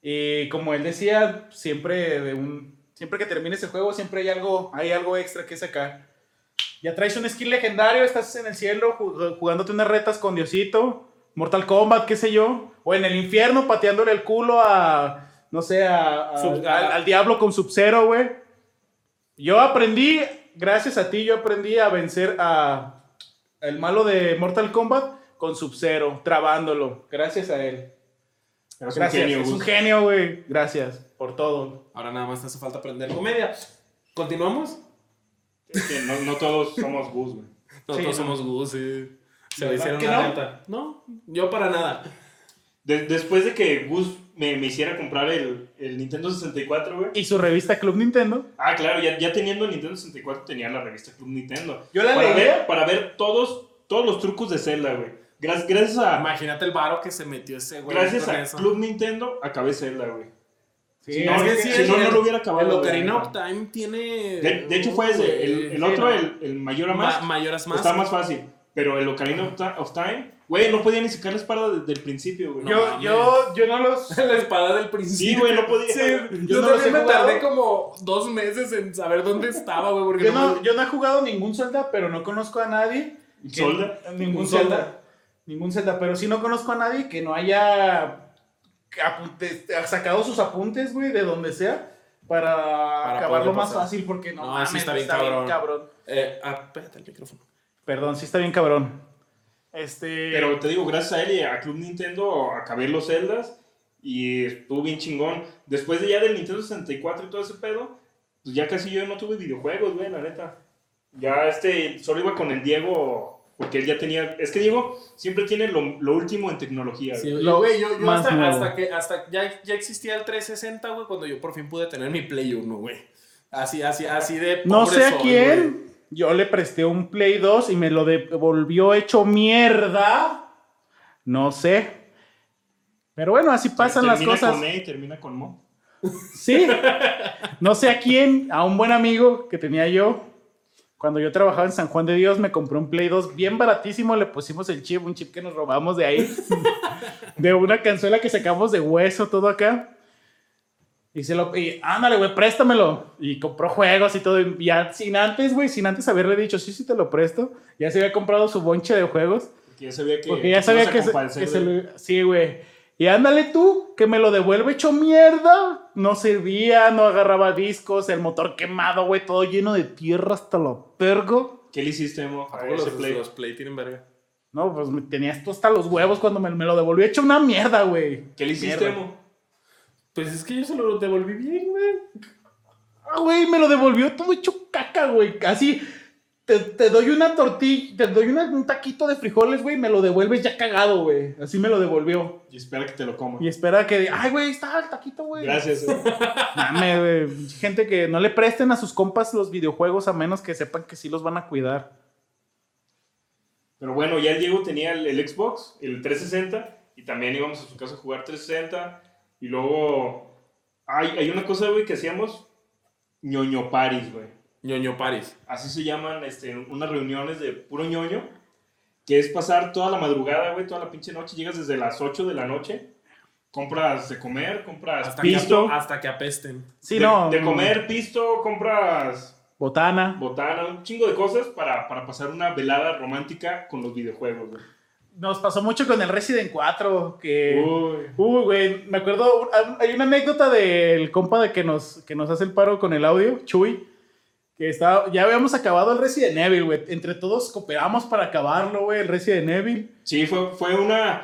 Speaker 3: Y como él decía, siempre de un siempre que termines el juego siempre hay algo, hay algo extra que sacar. Ya traes un skill legendario, estás en el cielo ju- jugándote unas retas con Diosito, Mortal Kombat, qué sé yo, o en el infierno pateándole el culo a no sé, a- a-
Speaker 4: Sub-
Speaker 3: al, al diablo con Sub-Zero, güey. Yo aprendí, gracias a ti, yo aprendí a vencer a el malo de Mortal Kombat con Sub-Zero, trabándolo. Gracias a él.
Speaker 5: Eres un
Speaker 3: Gracias.
Speaker 5: genio,
Speaker 3: es un
Speaker 5: Gus.
Speaker 3: genio, güey. Gracias por todo.
Speaker 4: Ahora nada más te hace falta aprender comedia. ¿Continuamos?
Speaker 5: Es que no, no todos somos Gus, güey.
Speaker 4: No,
Speaker 3: Sí,
Speaker 4: todos
Speaker 3: no.
Speaker 4: somos Gus, sí. Se lo
Speaker 3: ¿Verdad
Speaker 4: hicieron
Speaker 3: que
Speaker 4: la
Speaker 3: no?
Speaker 4: neta. No, yo para nada.
Speaker 5: De- después de que Gus me, me hiciera comprar el, el Nintendo 64, güey.
Speaker 3: Y su revista Club Nintendo.
Speaker 5: Ah, claro, ya, ya teniendo el Nintendo 64 tenía la revista Club Nintendo.
Speaker 3: Yo la
Speaker 5: para
Speaker 3: leía.
Speaker 5: ver, para ver todos, todos los trucos de Zelda, güey. Gracias, gracias a,
Speaker 4: Imagínate el varo que se metió ese güey.
Speaker 5: gracias
Speaker 4: con
Speaker 5: a
Speaker 4: eso.
Speaker 5: Club Nintendo acabé Zelda, güey.
Speaker 3: Sí,
Speaker 5: no,
Speaker 4: es que
Speaker 5: es
Speaker 4: sí,
Speaker 5: que si
Speaker 4: el-
Speaker 5: no, no lo hubiera
Speaker 4: El
Speaker 5: acabado.
Speaker 4: Ocarina
Speaker 5: güey.
Speaker 4: of Time tiene.
Speaker 5: De, de hecho, fue ese. El, el otro, el, el mayor a más,
Speaker 4: Mayoras más.
Speaker 5: está más fácil. Pero el Ocarina of Ti- of Time, güey, no podía ni sacar la espada desde el principio, güey.
Speaker 4: No
Speaker 3: yo,
Speaker 4: mames.
Speaker 3: yo, yo no los.
Speaker 4: La espada del principio.
Speaker 5: Sí, güey, no podía.
Speaker 4: Sí,
Speaker 3: Yo
Speaker 4: yo
Speaker 3: no los he
Speaker 4: también me
Speaker 3: jugado.
Speaker 4: tardé como dos meses en saber dónde estaba, güey. Porque
Speaker 3: Yo
Speaker 4: no-
Speaker 3: no, yo no he jugado ningún Zelda, pero no conozco a nadie. que-
Speaker 5: Zelda.
Speaker 3: Ningún
Speaker 4: Un
Speaker 3: Zelda.
Speaker 4: Zelda.
Speaker 3: Ningún Zelda, pero sí no conozco a nadie que no haya apunte- este, sacado sus apuntes, güey, de donde sea, para, acabarlo
Speaker 4: poder
Speaker 3: más
Speaker 4: pasar.
Speaker 3: fácil, porque no,
Speaker 4: No,
Speaker 3: mames,
Speaker 4: sí está bien cabrón. Eh, ah, espérate el micrófono.
Speaker 3: Perdón, sí está bien cabrón. Este.
Speaker 5: Pero te digo, gracias a él y a Club Nintendo acabé los Zeldas y estuvo bien chingón. Después de ya del Nintendo 64 y todo ese pedo, pues ya casi yo no tuve videojuegos, güey, la neta. Ya este, solo iba con el Diego, porque él ya tenía... Es que Diego siempre tiene lo, lo último en tecnología.
Speaker 4: Sí,
Speaker 5: güey.
Speaker 4: y, güey, yo, yo
Speaker 3: más
Speaker 4: hasta,
Speaker 3: nuevo.
Speaker 4: hasta que hasta ya, ya existía el 360, güey, cuando yo por fin pude tener mi Play 1, güey. Así, así, así de.
Speaker 3: no
Speaker 4: pobre
Speaker 3: sé a
Speaker 4: soy,
Speaker 3: quién. Yo le presté un Play 2 y me lo devolvió hecho mierda. No sé. Pero bueno, así pasan las
Speaker 5: Termina
Speaker 3: cosas.
Speaker 5: Con E y termina con Mo.
Speaker 3: Sí. No sé a quién, a un buen amigo que tenía yo. Cuando yo trabajaba en San Juan de Dios, me compré un Play 2 bien baratísimo. Le pusimos el chip, un chip que nos robamos de ahí. De una canzuela que sacamos de hueso, todo acá. Y se lo. Y ándale, güey, préstamelo. Y compró juegos y todo. y ya sin antes, güey, sin antes haberle dicho, sí, sí, te lo presto. Ya se había comprado su bonche de juegos.
Speaker 5: Porque ya sabía que...
Speaker 3: Porque ya sabía
Speaker 5: no se
Speaker 3: que, se,
Speaker 5: compadecía
Speaker 3: que se
Speaker 5: de-
Speaker 3: lo- Sí, güey. Y ándale tú, que me lo devuelve hecho mierda. No servía, no agarraba discos, el motor quemado, güey, todo lleno de tierra hasta lo pergo.
Speaker 5: ¿Qué le hiciste, Mo?
Speaker 4: ¿A
Speaker 5: A
Speaker 4: poco
Speaker 5: ese
Speaker 4: los,
Speaker 5: Play.
Speaker 4: los Play tienen verga?
Speaker 3: No, pues me tenía esto hasta los huevos cuando me, me lo devolvió hecho una mierda, güey.
Speaker 5: ¿Qué le hiciste,
Speaker 3: Mierda.
Speaker 5: Mo?
Speaker 4: Pues es que yo se lo devolví bien, güey.
Speaker 3: Ah, güey, me lo devolvió todo hecho caca, güey. Así, te, te doy una tortilla, te doy una- un taquito de frijoles, güey, y me lo devuelves ya cagado, güey. Así me lo devolvió.
Speaker 5: Y espera que te lo coma.
Speaker 3: Y espera que, ay, güey, ahí está el taquito, güey.
Speaker 5: Gracias. eh. güey.
Speaker 3: Mame, güey. Gente que no le presten a sus compas los videojuegos a menos que sepan que sí los van a cuidar.
Speaker 5: Pero bueno, ya el Diego tenía el, el Xbox, el 360, y también íbamos a su casa a jugar 360. Y luego, hay, hay una cosa, güey, que hacíamos, ñoño paris, güey.
Speaker 4: Ñoño Paris.
Speaker 5: Así se llaman este, unas reuniones de puro ñoño, que es pasar toda la madrugada, güey, toda la pinche noche. Llegas desde las 8 de la noche, compras de comer, compras
Speaker 4: Hasta,
Speaker 5: pisto.
Speaker 4: Que, hasta que apesten.
Speaker 3: Sí,
Speaker 5: de,
Speaker 3: no.
Speaker 5: de comer pisto, compras
Speaker 3: Botana.
Speaker 5: botana, un chingo de cosas para, para pasar una velada romántica con los videojuegos, güey.
Speaker 3: Nos pasó mucho con el Resident 4. Que.
Speaker 5: Uy.
Speaker 3: Uy, güey. Me acuerdo. Hay una anécdota del compa de que nos, que nos hace el paro con el audio, Chuy. Que estaba, ya habíamos acabado el Resident Evil, güey. Entre todos cooperamos para acabarlo, güey, el Resident Evil.
Speaker 5: Sí, fue, fue una,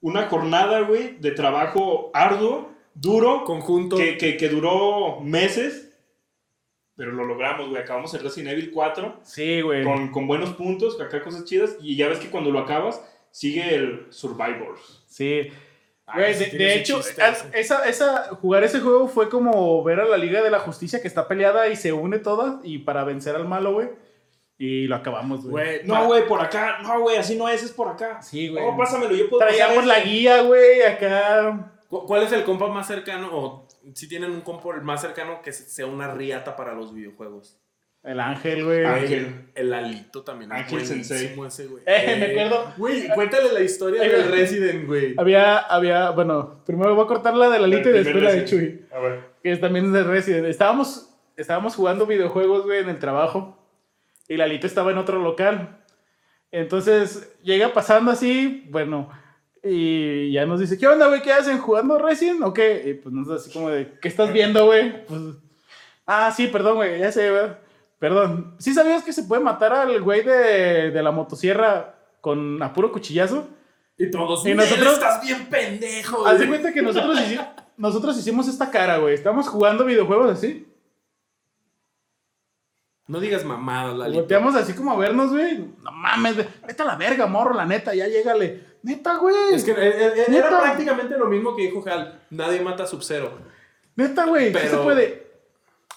Speaker 5: una jornada, güey, de trabajo arduo, duro,
Speaker 4: Conjunto.
Speaker 5: que, que, que duró meses, pero lo logramos, güey. Acabamos el Resident Evil 4
Speaker 3: Sí, güey.
Speaker 5: con, con buenos puntos, acá cosas chidas, y ya ves que cuando lo acabas, sigue el Survivors.
Speaker 3: Sí.
Speaker 4: Ah,
Speaker 3: Güey,
Speaker 4: sí
Speaker 3: de,
Speaker 4: tiene
Speaker 3: de
Speaker 4: ese
Speaker 3: hecho,
Speaker 4: chiste,
Speaker 3: a-
Speaker 4: sí.
Speaker 3: esa, esa, jugar ese juego fue como ver a la Liga de la Justicia que está peleada y se une toda y para vencer al malo, güey. Y lo acabamos, güey.
Speaker 4: Güey,
Speaker 5: No,
Speaker 4: pa-
Speaker 5: güey, por acá. No, güey, así no es, es por acá.
Speaker 3: Sí, güey.
Speaker 5: No, pásamelo, yo puedo
Speaker 3: Traíamos la
Speaker 5: pasar eso.
Speaker 3: guía, güey, acá.
Speaker 4: ¿cu- ¿Cuál es el compa más cercano? O si tienen un compa más cercano que se- sea una riata para los videojuegos.
Speaker 3: El ángel, güey.
Speaker 5: Ángel.
Speaker 4: El Alito también. es
Speaker 5: Ángel
Speaker 4: buenísimo
Speaker 5: Sensei.
Speaker 4: ese, güey.
Speaker 3: Eh, me acuerdo.
Speaker 4: Güey, cuéntale la historia
Speaker 3: Ahí
Speaker 4: del
Speaker 3: va.
Speaker 4: Resident, güey.
Speaker 3: Había, había, bueno, primero voy a cortar la de la Lito y
Speaker 5: El
Speaker 3: después
Speaker 5: primer
Speaker 3: la de
Speaker 5: Resident.
Speaker 3: Chuy.
Speaker 5: A ver.
Speaker 3: que es también de Resident. Estábamos, estábamos jugando videojuegos, güey, en el trabajo. Y Lalito estaba en otro local. Entonces llega pasando así, bueno, y ya nos dice, ¿qué onda, güey? ¿Qué hacen? ¿Jugando Resident o qué? Y pues nos da así como de, ¿qué estás viendo, güey? Pues, ah, sí, perdón, güey, ya sé, güey. Perdón. ¿Sí sabías que se puede matar al güey de, de la motosierra con a puro cuchillazo?
Speaker 4: Y todos,
Speaker 3: Y
Speaker 4: "Nel,
Speaker 3: nosotros-
Speaker 4: estás bien pendejo.
Speaker 3: Haz de
Speaker 4: güey".
Speaker 3: cuenta que nosotros, hici- nosotros hicimos esta cara, güey. Estamos jugando videojuegos así.
Speaker 4: No digas mamada,
Speaker 3: Y
Speaker 4: Lalito.
Speaker 3: Volteamos así como a vernos, güey. No mames, güey. Vete a la verga, morro, la neta, ya llégale. Neta, güey.
Speaker 4: Es que eh, eh, era
Speaker 3: Neta.
Speaker 4: prácticamente lo mismo que dijo Hal. Nadie mata a Sub-Zero.
Speaker 3: Neta, güey. sí se
Speaker 4: Pero-
Speaker 3: puede.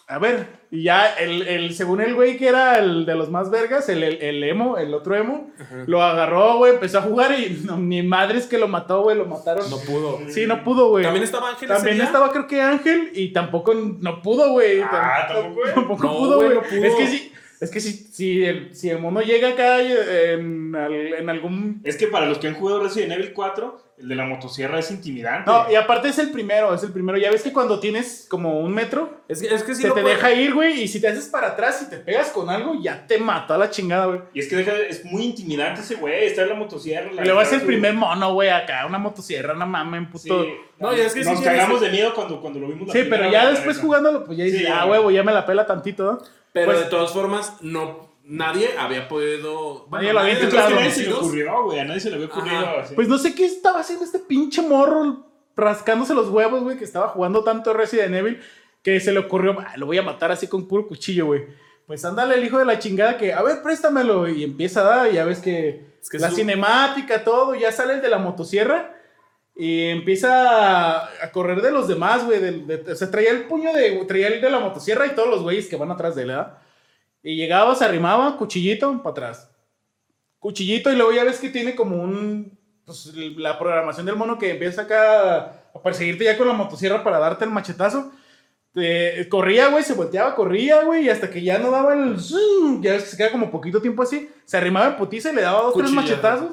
Speaker 3: A ver. Y ya, el, el- según el güey que era el de los más vergas, el, el- el emo, el otro emo, lo agarró, güey, empezó a jugar y no, ni madres que lo mató, güey, lo mataron.
Speaker 4: No pudo.
Speaker 3: Sí, no pudo, güey.
Speaker 4: También estaba Ángel. ese
Speaker 3: También
Speaker 4: día?
Speaker 3: estaba, creo que Ángel, y tampoco no pudo, güey.
Speaker 5: Ah,
Speaker 3: Tam-
Speaker 5: ¿tampoco, güey?
Speaker 3: Tampoco
Speaker 4: No,
Speaker 3: pudo,
Speaker 4: güey,
Speaker 3: güey.
Speaker 4: no pudo.
Speaker 3: Es que sí. Es que si, si, el, si el mono llega acá eh, en, al- en algún
Speaker 5: Es que para los que han jugado Resident Evil 4, el de la motosierra es intimidante.
Speaker 3: No, y aparte es el primero, es el primero. Ya ves que cuando tienes como un metro,
Speaker 4: Es que, es que sí
Speaker 3: se
Speaker 4: lo
Speaker 3: te
Speaker 4: puede-
Speaker 3: deja ir, güey, y si te haces para atrás y te pegas con algo, ya te mató a la chingada, güey.
Speaker 5: Y es que deja- es muy intimidante ese güey, está en la motosierra.
Speaker 3: Y
Speaker 5: la
Speaker 3: luego es el
Speaker 5: verdad,
Speaker 3: primer mono, güey, acá, una motosierra, una mama, en
Speaker 5: Sí.
Speaker 3: puto. Sí,
Speaker 4: No, y es que sí
Speaker 5: Nos
Speaker 4: tienes-
Speaker 5: cagamos de miedo cuando, cuando lo vimos la primera
Speaker 3: pero
Speaker 5: vez,
Speaker 3: ya
Speaker 5: la
Speaker 3: después
Speaker 5: neta.
Speaker 3: jugándolo, pues ya
Speaker 5: Sí,
Speaker 3: dices,
Speaker 5: ya,
Speaker 3: ah,
Speaker 5: güey.
Speaker 3: huevo, ya me la pela tantito, ¿no?
Speaker 4: Pero
Speaker 3: Pues-
Speaker 4: de todas formas, no, nadie había podido.
Speaker 3: Nadie lo había
Speaker 5: Es que
Speaker 3: claro,
Speaker 5: a nadie
Speaker 3: güey,
Speaker 5: se le ocurrió, güey. A nadie se le había ocurrido.
Speaker 4: Ajá.
Speaker 5: así.
Speaker 3: Pues no sé qué estaba haciendo este pinche morro rascándose los huevos, güey, que estaba jugando tanto Resident Evil que se le ocurrió, "Ah, lo voy a matar así con puro cuchillo, güey. Pues ándale el hijo de la chingada que, a ver, préstamelo. Y empieza a dar, y ya ves que,
Speaker 4: Es que
Speaker 3: la
Speaker 4: es un-
Speaker 3: cinemática, todo, ya sale el de la motosierra y empieza a, a correr de los demás, güey. del- de- o sea, traía el puño de, traía el de la motosierra y todos los güeyes que van atrás de él, ¿verdad? Y llegaba, se arrimaba, cuchillito, para atrás. Cuchillito, y luego ya ves que tiene como un. Pues la programación del mono que empieza acá a perseguirte ya con la motosierra para darte el machetazo. Te- corría, güey, se volteaba, corría, güey, y hasta que ya no daba el. zoom, Ya se queda como poquito tiempo así. Se arrimaba en putiza y le daba dos, tres
Speaker 4: Cuchillazo.
Speaker 3: machetazos,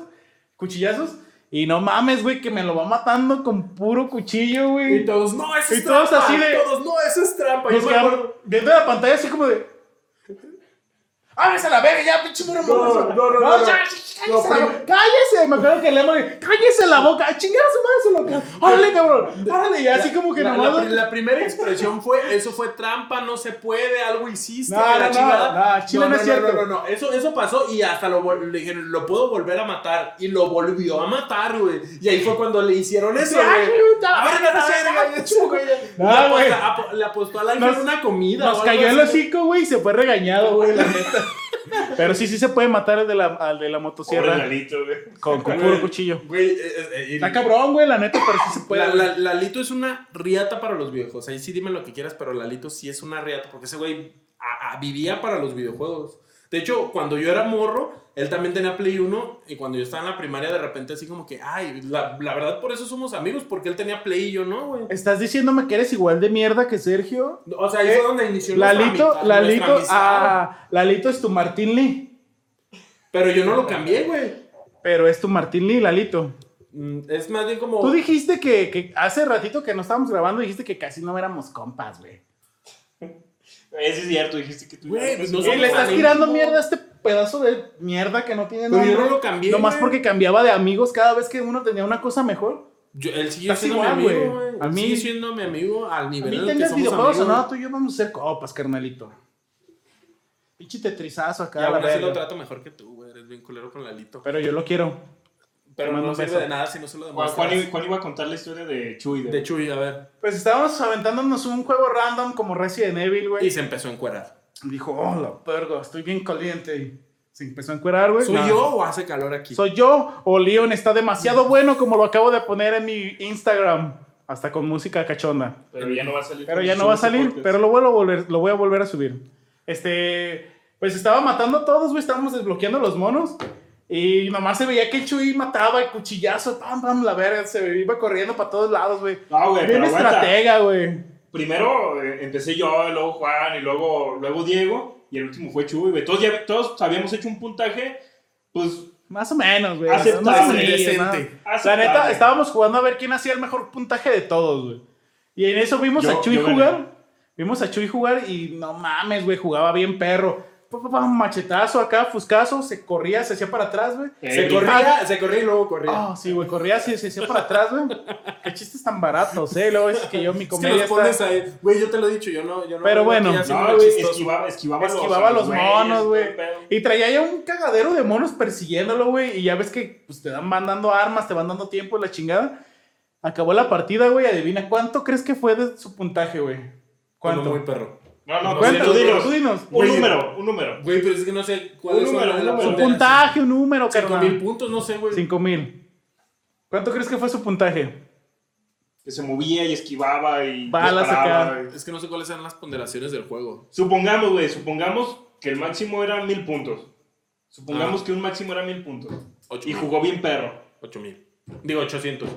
Speaker 3: cuchillazos. Y no mames, güey, que me lo va matando con puro cuchillo,
Speaker 4: Y
Speaker 3: güey.
Speaker 4: todos, no, eso es
Speaker 3: Y todos
Speaker 4: trampa.
Speaker 3: así de-
Speaker 4: Todos, no, eso es trampa. Yo
Speaker 3: Nos
Speaker 4: me
Speaker 3: quedamos
Speaker 4: acuerdo-
Speaker 3: viendo la pantalla así como de. ¡Ábrese la verga ya, pinche muro
Speaker 4: no,
Speaker 3: mamoso!
Speaker 4: no, no, no.
Speaker 3: ya,
Speaker 4: No,
Speaker 3: ¡Cállese! la
Speaker 4: pero-
Speaker 3: boca! ¡Cállese! Me acuerdo que le amo de, ¡Cállese la boca! ¡A chingar a su madre se lo ¡Órale, cabrón! ¡Órale! Y así como que
Speaker 4: la,
Speaker 3: nomás.
Speaker 4: la- la primera expresión fue, eso fue trampa, no se puede, algo hiciste,
Speaker 3: No,
Speaker 4: la
Speaker 3: no, no,
Speaker 4: chingada.
Speaker 3: no, Chile no es cierto.
Speaker 4: No, no, no, eso, eso pasó y hasta lo, vol- le dijeron, lo puedo volver a matar. Y lo volvió a matar, güey. Y ahí fue cuando le hicieron eso, güey.
Speaker 3: Ay, puta,
Speaker 4: A ver,
Speaker 3: verga,
Speaker 4: la verga,
Speaker 3: verga,
Speaker 4: eso, güey.
Speaker 3: No,
Speaker 4: Le
Speaker 3: güey.
Speaker 4: aposta- apo- Le apostó al ángel
Speaker 3: Nos-
Speaker 4: una comida. o
Speaker 3: Nos
Speaker 4: algo
Speaker 3: cayó el
Speaker 4: así.
Speaker 3: hocico, güey, y se fue regañado, güey, la neta. Pero sí, sí se puede matar al de la, al de la
Speaker 5: Pobre
Speaker 3: motosierra
Speaker 5: Lalito, güey.
Speaker 3: con, con puro cuchillo.
Speaker 4: Güey, eh, eh, eh, y-
Speaker 3: Está cabrón, güey, la neta, pero sí se puede.
Speaker 4: La,
Speaker 3: güey.
Speaker 4: la- Lalito es una riata para los videojuegos. Ahí sí dime lo que quieras, pero Lalito sí es una riata. Porque ese güey a- a- vivía para los videojuegos. De hecho, cuando yo era morro, él también tenía Play 1. Y cuando yo estaba en la primaria, de repente así como que, ay, la, la verdad por eso somos amigos, porque él tenía Play y yo no, güey.
Speaker 3: ¿Estás diciéndome que eres igual de mierda que Sergio?
Speaker 4: O sea, ahí
Speaker 3: Eh,
Speaker 4: fue donde inició nuestra
Speaker 3: Lalito,
Speaker 4: amistad, nuestra
Speaker 3: Lalito,
Speaker 4: amistad.
Speaker 3: ah, Lalito es tu Martín Lee.
Speaker 4: Pero yo no lo cambié, güey.
Speaker 3: Pero es tu Martín Lee, Lalito.
Speaker 4: Mm, Es más bien como...
Speaker 3: Tú dijiste que, que hace ratito que no estábamos grabando, dijiste que casi no éramos compas, güey.
Speaker 5: Ese es cierto, dijiste que tú.
Speaker 4: Güey, pues no
Speaker 3: Y
Speaker 4: somos
Speaker 3: le estás
Speaker 4: amigos.
Speaker 3: tirando mierda a este pedazo de mierda que no tiene
Speaker 4: Pero
Speaker 3: nada.
Speaker 4: yo no lo cambié,
Speaker 3: Nomás
Speaker 4: güey.
Speaker 3: porque cambiaba de amigos cada vez que uno tenía una cosa mejor.
Speaker 4: yo- él siguió
Speaker 3: Estás
Speaker 4: siendo
Speaker 3: igual,
Speaker 4: mi amigo,
Speaker 3: güey.
Speaker 4: güey.
Speaker 3: A mí-
Speaker 4: Sigue siendo mi amigo al
Speaker 3: A
Speaker 4: nivel
Speaker 3: mí
Speaker 4: en el que
Speaker 3: tengas
Speaker 4: somos
Speaker 3: videojuegos o
Speaker 4: amigos.
Speaker 3: no, tú y yo vamos a ser copas, carnalito. Pinche tetrizazo acá.
Speaker 4: Y
Speaker 3: a la
Speaker 4: aún así lo
Speaker 3: verga.
Speaker 4: trato mejor que tú, güey. Eres bien culero con Lalito.
Speaker 3: Pero yo lo quiero.
Speaker 4: Pero
Speaker 3: mando
Speaker 4: no
Speaker 3: un
Speaker 4: sirve
Speaker 3: beso.
Speaker 4: de nada si no se lo
Speaker 5: Juan, Juan i-
Speaker 4: demuestras.
Speaker 5: Juan iba a contar la historia de Chuy.
Speaker 4: De Chuy, a ver.
Speaker 3: Pues estábamos aventándonos un juego random como Resident Evil, güey.
Speaker 4: Y se empezó a encuerar.
Speaker 3: Dijo, oh, la verga, estoy bien caliente. Y se empezó a encuerar, güey.
Speaker 4: ¿Soy
Speaker 3: No.
Speaker 4: yo o hace calor aquí?
Speaker 3: ¿Soy yo o Leon está demasiado bueno como lo acabo de poner en mi Instagram? Hasta con música cachonda.
Speaker 5: Pero ya no va a salir.
Speaker 3: Pero
Speaker 5: con
Speaker 3: ya no va a
Speaker 5: Chuy en este
Speaker 3: salir,
Speaker 5: podcast.
Speaker 3: pero lo vuelvo a volver, lo voy a volver a subir. Este, pues estaba matando a todos, güey, estábamos desbloqueando los monos. Y nomás se veía que el Chuy mataba el cuchillazo, pam, pam, la verga, se iba corriendo para todos lados, güey.
Speaker 5: No, güey,
Speaker 3: Bien
Speaker 5: pero aguanta.
Speaker 3: estratega, güey.
Speaker 5: Primero eh, empecé yo, y luego Juan, y luego, luego Diego, y el último fue Chuy, güey. Todos, ya- todos habíamos hecho un puntaje, pues...
Speaker 3: Más o menos, güey.
Speaker 5: Aceptable,
Speaker 3: Más o menos,
Speaker 4: decente.
Speaker 3: ¿no? La neta,
Speaker 5: aceptable.
Speaker 3: estábamos jugando a ver quién hacía el mejor puntaje de todos, güey. Y en eso vimos
Speaker 5: Yo-
Speaker 3: a Chuy
Speaker 5: yo gané.
Speaker 3: jugar. Vimos a Chuy jugar y no mames, güey, jugaba bien perro. Pa, pa, pa, Machetazo acá, fuscazo, se corría, se hacía para atrás, güey.
Speaker 5: Eh,
Speaker 4: Se
Speaker 5: güey.
Speaker 4: corría, se corría y luego corría.
Speaker 3: Ah, sí, güey, corría así, se hacía para atrás, güey. Qué chistes tan baratos, ¿eh? Luego es que yo mi
Speaker 4: Es que
Speaker 3: comedia
Speaker 4: los
Speaker 3: está-
Speaker 4: pones ahí. Güey, yo te lo he dicho, yo no. Yo no
Speaker 3: Pero
Speaker 4: me
Speaker 3: bueno.
Speaker 4: metí haciendo
Speaker 5: No,
Speaker 4: lo
Speaker 5: güey,
Speaker 4: chistoso.
Speaker 5: esquivaba, esquivaba,
Speaker 3: Esquivaba a los
Speaker 5: güeyes,
Speaker 3: monos,
Speaker 5: todo el
Speaker 3: güey.
Speaker 5: pedo.
Speaker 3: Y traía ya un cagadero de monos persiguiéndolo, güey. Y ya ves que pues, te dan- van dando armas, te van dando tiempo, la chingada. Acabó la partida, güey. Adivina, ¿cuánto crees que fue de su puntaje, güey?
Speaker 4: Uno muy
Speaker 3: ¿Cuánto?
Speaker 4: perro.
Speaker 5: No, no,
Speaker 3: ¿Cuánto?
Speaker 5: pues, tú dinos.
Speaker 3: Tú dinos.
Speaker 5: Un
Speaker 4: Güey.
Speaker 5: número, un número.
Speaker 4: Güey, pero es que no sé cuál
Speaker 5: Un
Speaker 4: es
Speaker 5: número,
Speaker 4: la-
Speaker 5: un
Speaker 4: la
Speaker 5: número.
Speaker 3: Un
Speaker 4: frontera.
Speaker 3: puntaje, un número,
Speaker 4: Cinco mil
Speaker 3: carnal.
Speaker 4: puntos, no sé, güey.
Speaker 3: Cinco mil. ¿Cuánto crees que fue su puntaje?
Speaker 5: Que se movía y esquivaba y
Speaker 3: Balas
Speaker 5: disparaba,
Speaker 3: acá.
Speaker 5: güey.
Speaker 4: Es que no sé cuáles eran las ponderaciones del juego.
Speaker 5: Supongamos, güey, supongamos que el máximo era mil puntos. Supongamos
Speaker 3: Ah.
Speaker 5: que un máximo era mil puntos.
Speaker 4: Ocho
Speaker 5: Y
Speaker 4: mil.
Speaker 5: jugó bien perro.
Speaker 4: Ocho mil. Digo, 800.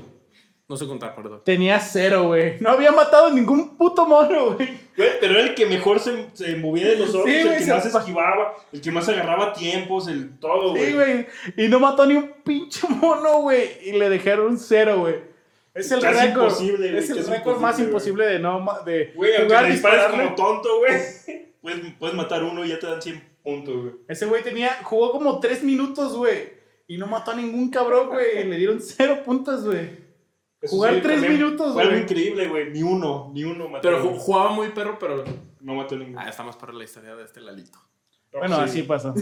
Speaker 4: No sé contar, perdón.
Speaker 3: Tenía cero, güey. No había matado ningún puto mono, güey.
Speaker 5: Güey, pero era el que mejor se, se movía de los otros,
Speaker 3: Sí,
Speaker 5: el
Speaker 3: güey,
Speaker 5: que
Speaker 3: se
Speaker 5: más
Speaker 3: pa-
Speaker 5: esquivaba, el que más agarraba tiempos, el todo, güey.
Speaker 3: Sí, güey. Y no mató ni un pinche mono, güey. Y le dejaron cero, güey. Es el
Speaker 5: Que es
Speaker 3: récord.
Speaker 5: imposible, güey,
Speaker 3: Es
Speaker 5: que
Speaker 3: el
Speaker 5: es
Speaker 3: récord más
Speaker 5: imposible,
Speaker 3: imposible de no ma- de
Speaker 5: Güey, aunque
Speaker 3: jugar,
Speaker 5: le dispares
Speaker 3: dispararle.
Speaker 5: como tonto, güey. Puedes, puedes matar uno y ya te dan 100 puntos, güey.
Speaker 3: Ese güey tenía, jugó como tres minutos, güey. Y no mató a ningún cabrón, güey. Y le dieron cero puntos, güey.
Speaker 5: Eso
Speaker 3: Jugar tres
Speaker 5: también
Speaker 3: minutos,
Speaker 5: fue algo
Speaker 3: güey.
Speaker 5: increíble, güey. Ni uno, ni uno mató.
Speaker 4: Pero ju-
Speaker 5: güey.
Speaker 4: jugaba muy perro, pero.
Speaker 5: no mató ninguno.
Speaker 4: Ah, está más para la historia de este Lalito.
Speaker 3: Bueno,
Speaker 5: Sí.
Speaker 3: así pasó.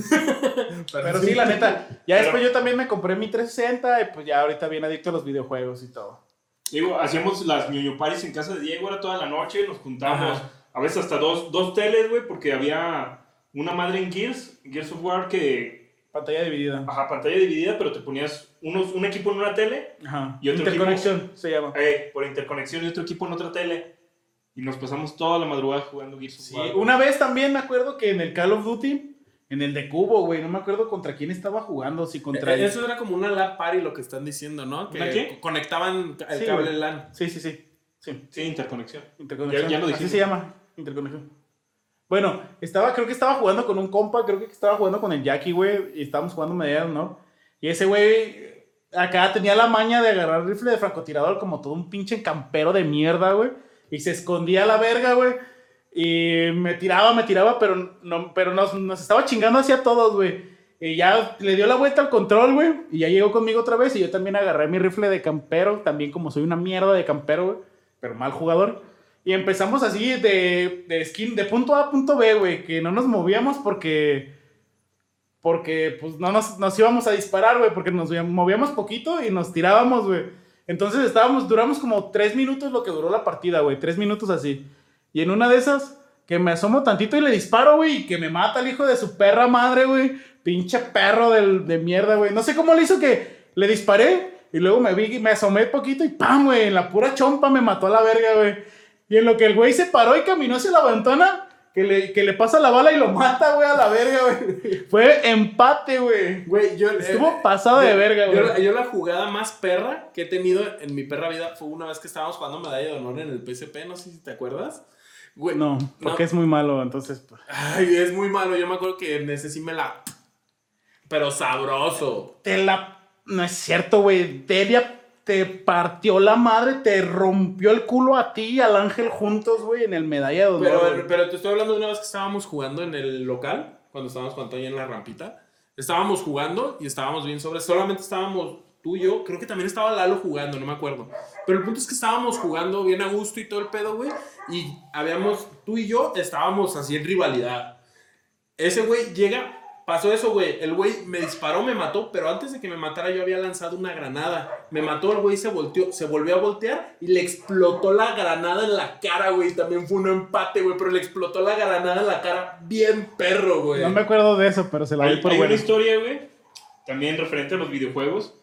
Speaker 3: Pero sí, la neta. Ya después yo también me compré mi 360 y pues ya ahorita bien adicto a los videojuegos y todo.
Speaker 5: Digo, hacíamos las ñoño parties en casa de Diego, era toda la noche, nos juntábamos.
Speaker 4: Ajá.
Speaker 5: A veces hasta dos, dos teles, güey, porque había una madre en Gears, Gears of War, que,
Speaker 3: Pantalla dividida.
Speaker 5: ajá, pantalla dividida, pero te ponías unos, un equipo en una tele,
Speaker 3: Ajá.
Speaker 5: Y otro
Speaker 3: Interconexión se llama.
Speaker 5: eh, por interconexión y otro equipo en otra tele. Y nos pasamos toda la madrugada jugando Gears of
Speaker 4: Sí,
Speaker 5: War.
Speaker 3: Una vez también me acuerdo que en el Call of Duty, en el de Cubo, güey, no me acuerdo contra quién estaba jugando, si contra...
Speaker 4: Eh, Eso era como una LAN party lo que están diciendo, ¿no? Que
Speaker 5: ¿Una qué?
Speaker 4: conectaban el
Speaker 3: Sí,
Speaker 4: cable
Speaker 3: güey.
Speaker 4: LAN.
Speaker 3: Sí, sí, sí. Sí,
Speaker 5: Sí, interconexión.
Speaker 3: interconexión.
Speaker 5: Ya- ya lo
Speaker 3: Así se
Speaker 5: dijiste.
Speaker 3: llama, interconexión. Bueno, estaba, creo que estaba jugando con un compa, creo que estaba jugando con el Jackie, güey, y estábamos jugando medias, ¿no? Y ese güey acá tenía la maña de agarrar rifle de francotirador como todo un pinche campero de mierda, güey. Y se escondía a la verga, güey. Y me tiraba, me tiraba, pero, no, pero nos, nos estaba chingando hacia todos, güey. Y ya le dio la vuelta al control, güey. Y ya llegó conmigo otra vez. Y yo también agarré mi rifle de campero. También como soy una mierda de campero, güey. Pero mal jugador. Y empezamos así de, de skin, de punto A a punto B, güey. Que no nos movíamos porque... Porque pues no nos, nos íbamos a disparar, güey. Porque nos movíamos poquito y nos tirábamos, güey. Entonces estábamos, duramos como tres minutos lo que duró la partida, güey. Tres minutos así. Y en una de esas, que me asomo tantito y le disparo, güey, y que me mata el hijo de su perra madre, güey. Pinche perro del- de mierda, güey. No sé cómo le hizo que le disparé y luego me vi, me asomé poquito y ¡pam, güey! En la pura chompa me mató a la verga, güey. Y en lo que el güey se paró y caminó hacia la ventana, que le, que le pasa la bala y lo mata, güey, a la verga, güey. Fue empate, güey.
Speaker 4: Güey, yo. eh,
Speaker 3: Estuvo pasado de verga,
Speaker 4: yo-
Speaker 3: güey.
Speaker 4: Yo, la jugada más perra que he tenido en mi perra vida fue una vez que estábamos jugando medalla de honor en el PSP, no sé si te acuerdas. Güey,
Speaker 3: No, porque es muy malo, entonces. pues.
Speaker 4: Ay, es muy malo. Yo me acuerdo que en ese sí me la. Pero sabroso.
Speaker 3: te la. No es cierto, güey. Delia te partió la madre, te rompió el culo a ti y al ángel juntos, güey, en el medalla de honor.
Speaker 4: Pero,
Speaker 3: güey.
Speaker 4: pero te estoy hablando de una vez que estábamos jugando en el local, cuando estábamos jugando ahí en la rampita. Estábamos jugando y estábamos bien sobre. Solamente estábamos tú y yo. Creo que también estaba Lalo jugando, no me acuerdo. Pero el punto es que estábamos jugando bien a gusto y todo el pedo, güey. Y habíamos, tú y yo estábamos así en rivalidad. Ese güey llega, pasó eso, güey. El güey me disparó, me mató, pero antes de que me matara yo había lanzado una granada. Me mató, el güey se volteó, se volvió a voltear y le explotó la granada en la cara, güey. También fue un empate, güey, pero le explotó la granada en la cara bien perro, güey.
Speaker 3: No me acuerdo de eso, pero se la
Speaker 5: Hay,
Speaker 3: vi por
Speaker 5: hay
Speaker 3: buena.
Speaker 5: una historia, güey, también referente a los videojuegos.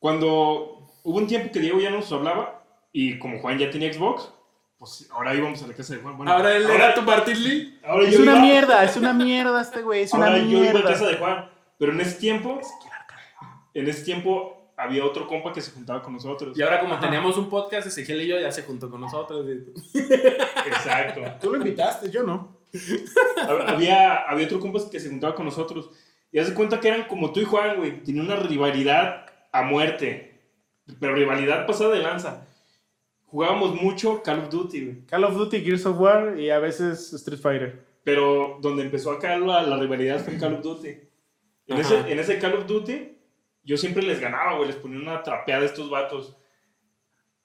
Speaker 5: Cuando hubo un tiempo que Diego ya no nos hablaba, y como Juan ya tenía Xbox, pues ahora íbamos a la casa de Juan. Bueno,
Speaker 4: Ahora él era
Speaker 5: ahora,
Speaker 4: tu Martin Lee.
Speaker 5: ahora
Speaker 3: Es
Speaker 5: yo
Speaker 3: una
Speaker 5: iba-
Speaker 3: mierda, es una mierda este güey, es una
Speaker 5: Ahora yo iba a
Speaker 3: mierda.
Speaker 5: casa de Juan. Pero en ese tiempo, en ese tiempo había otro compa que se juntaba con nosotros.
Speaker 4: Y ahora como teníamos un podcast, Ezequiel y yo ya se juntó con nosotros.
Speaker 5: Exacto.
Speaker 6: Tú lo invitaste, yo no.
Speaker 5: había, había otro compa que se juntaba con nosotros. Y hace cuenta que eran como tú y Juan, güey. Tienen una rivalidad a muerte. Pero rivalidad pasada de lanza. Jugábamos mucho Call of Duty, güey.
Speaker 3: Call of Duty, Gears of War y a veces Street Fighter.
Speaker 5: Pero donde empezó acá la, la rivalidad fue en Call of Duty. En
Speaker 4: Ajá.
Speaker 5: ese, en ese Call of Duty, yo siempre les ganaba, güey. Les ponía una trapeada a estos vatos.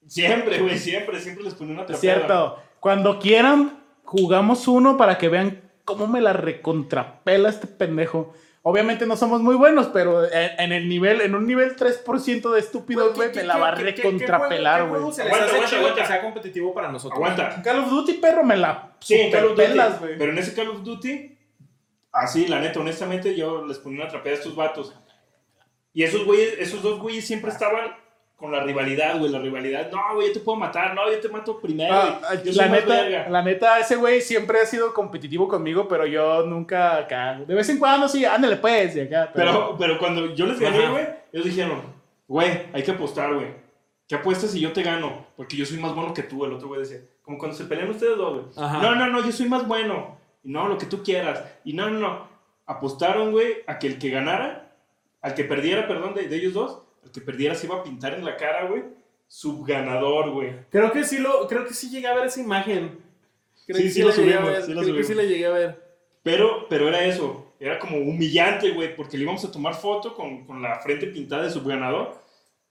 Speaker 5: Siempre, güey, siempre, siempre les ponía una
Speaker 3: Es
Speaker 5: trapeada.
Speaker 3: cierto. Cuando quieran, jugamos uno para que vean cómo me la recontrapela este pendejo. Obviamente no somos muy buenos, pero en, en el nivel, en un nivel 3% de estúpidos, güey, me la va a recontrapelar, güey.
Speaker 4: Se les
Speaker 5: Aguanta,
Speaker 4: hace
Speaker 5: aguanta,
Speaker 4: chido
Speaker 5: aguanta.
Speaker 4: que sea competitivo para nosotros.
Speaker 5: Aguanta.
Speaker 3: Call of Duty, perro, me la
Speaker 5: Sí, en Call of Duty.
Speaker 3: superpelas, güey.
Speaker 5: pero en ese Call of Duty, así, la neta, honestamente, yo les ponía una trapeada a estos vatos. Y esos güeyes, esos dos güeyes siempre estaban con la rivalidad, güey, la rivalidad. No, güey, yo te puedo matar, no, yo te mato primero.
Speaker 3: Ah,
Speaker 5: güey, yo soy
Speaker 3: la,
Speaker 5: más
Speaker 3: neta,
Speaker 5: verga".
Speaker 3: la neta, ese güey siempre ha sido competitivo conmigo, pero yo nunca acá. De vez en cuando sí, ándale pues, y acá.
Speaker 5: Pero, pero cuando yo les gané,
Speaker 4: Ajá.
Speaker 5: güey, ellos dijeron, güey, hay que apostar, güey. ¿Qué apuestas si yo te gano? Porque yo soy más bueno que tú, el otro güey decía. Como cuando se pelean ustedes dos, güey.
Speaker 4: Ajá.
Speaker 5: No, no, no, yo soy más bueno. Y no, lo que tú quieras. Y no, no, no. Apostaron, güey, a que el que ganara, al que perdiera, perdón, de, de ellos dos, al que perdiera se iba a pintar en la cara, güey, subganador, güey.
Speaker 4: Creo que sí lo, creo que sí llegué a ver esa imagen. Creo
Speaker 5: Sí,
Speaker 4: que
Speaker 5: sí lo
Speaker 4: la llegué a
Speaker 5: subimos,
Speaker 4: ver,
Speaker 5: sí lo
Speaker 4: creo que sí
Speaker 5: subimos.
Speaker 4: la llegué a ver.
Speaker 5: Pero, pero era eso, era como humillante, güey, porque le íbamos a tomar foto con, con la frente pintada de subganador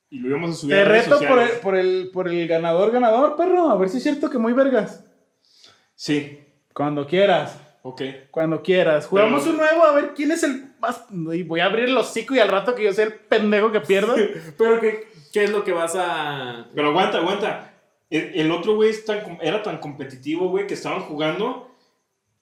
Speaker 5: y lo íbamos a subir
Speaker 3: Te
Speaker 5: a redes
Speaker 3: reto por
Speaker 5: sociales.
Speaker 3: el, por, el, por el ganador, ganador, perro. A ver si es cierto que muy vergas.
Speaker 5: Sí,
Speaker 3: Cuando quieras,
Speaker 5: ok.
Speaker 3: cuando quieras. Jugamos
Speaker 5: Pero-
Speaker 3: un nuevo, a ver quién es el más. Y voy a abrir el hocico y al rato que yo sea el pendejo que pierda.
Speaker 4: Pero ¿qué, qué es lo que vas a...?
Speaker 5: Pero aguanta, aguanta. El, el otro güey es tan com- era tan competitivo, güey, que estaban jugando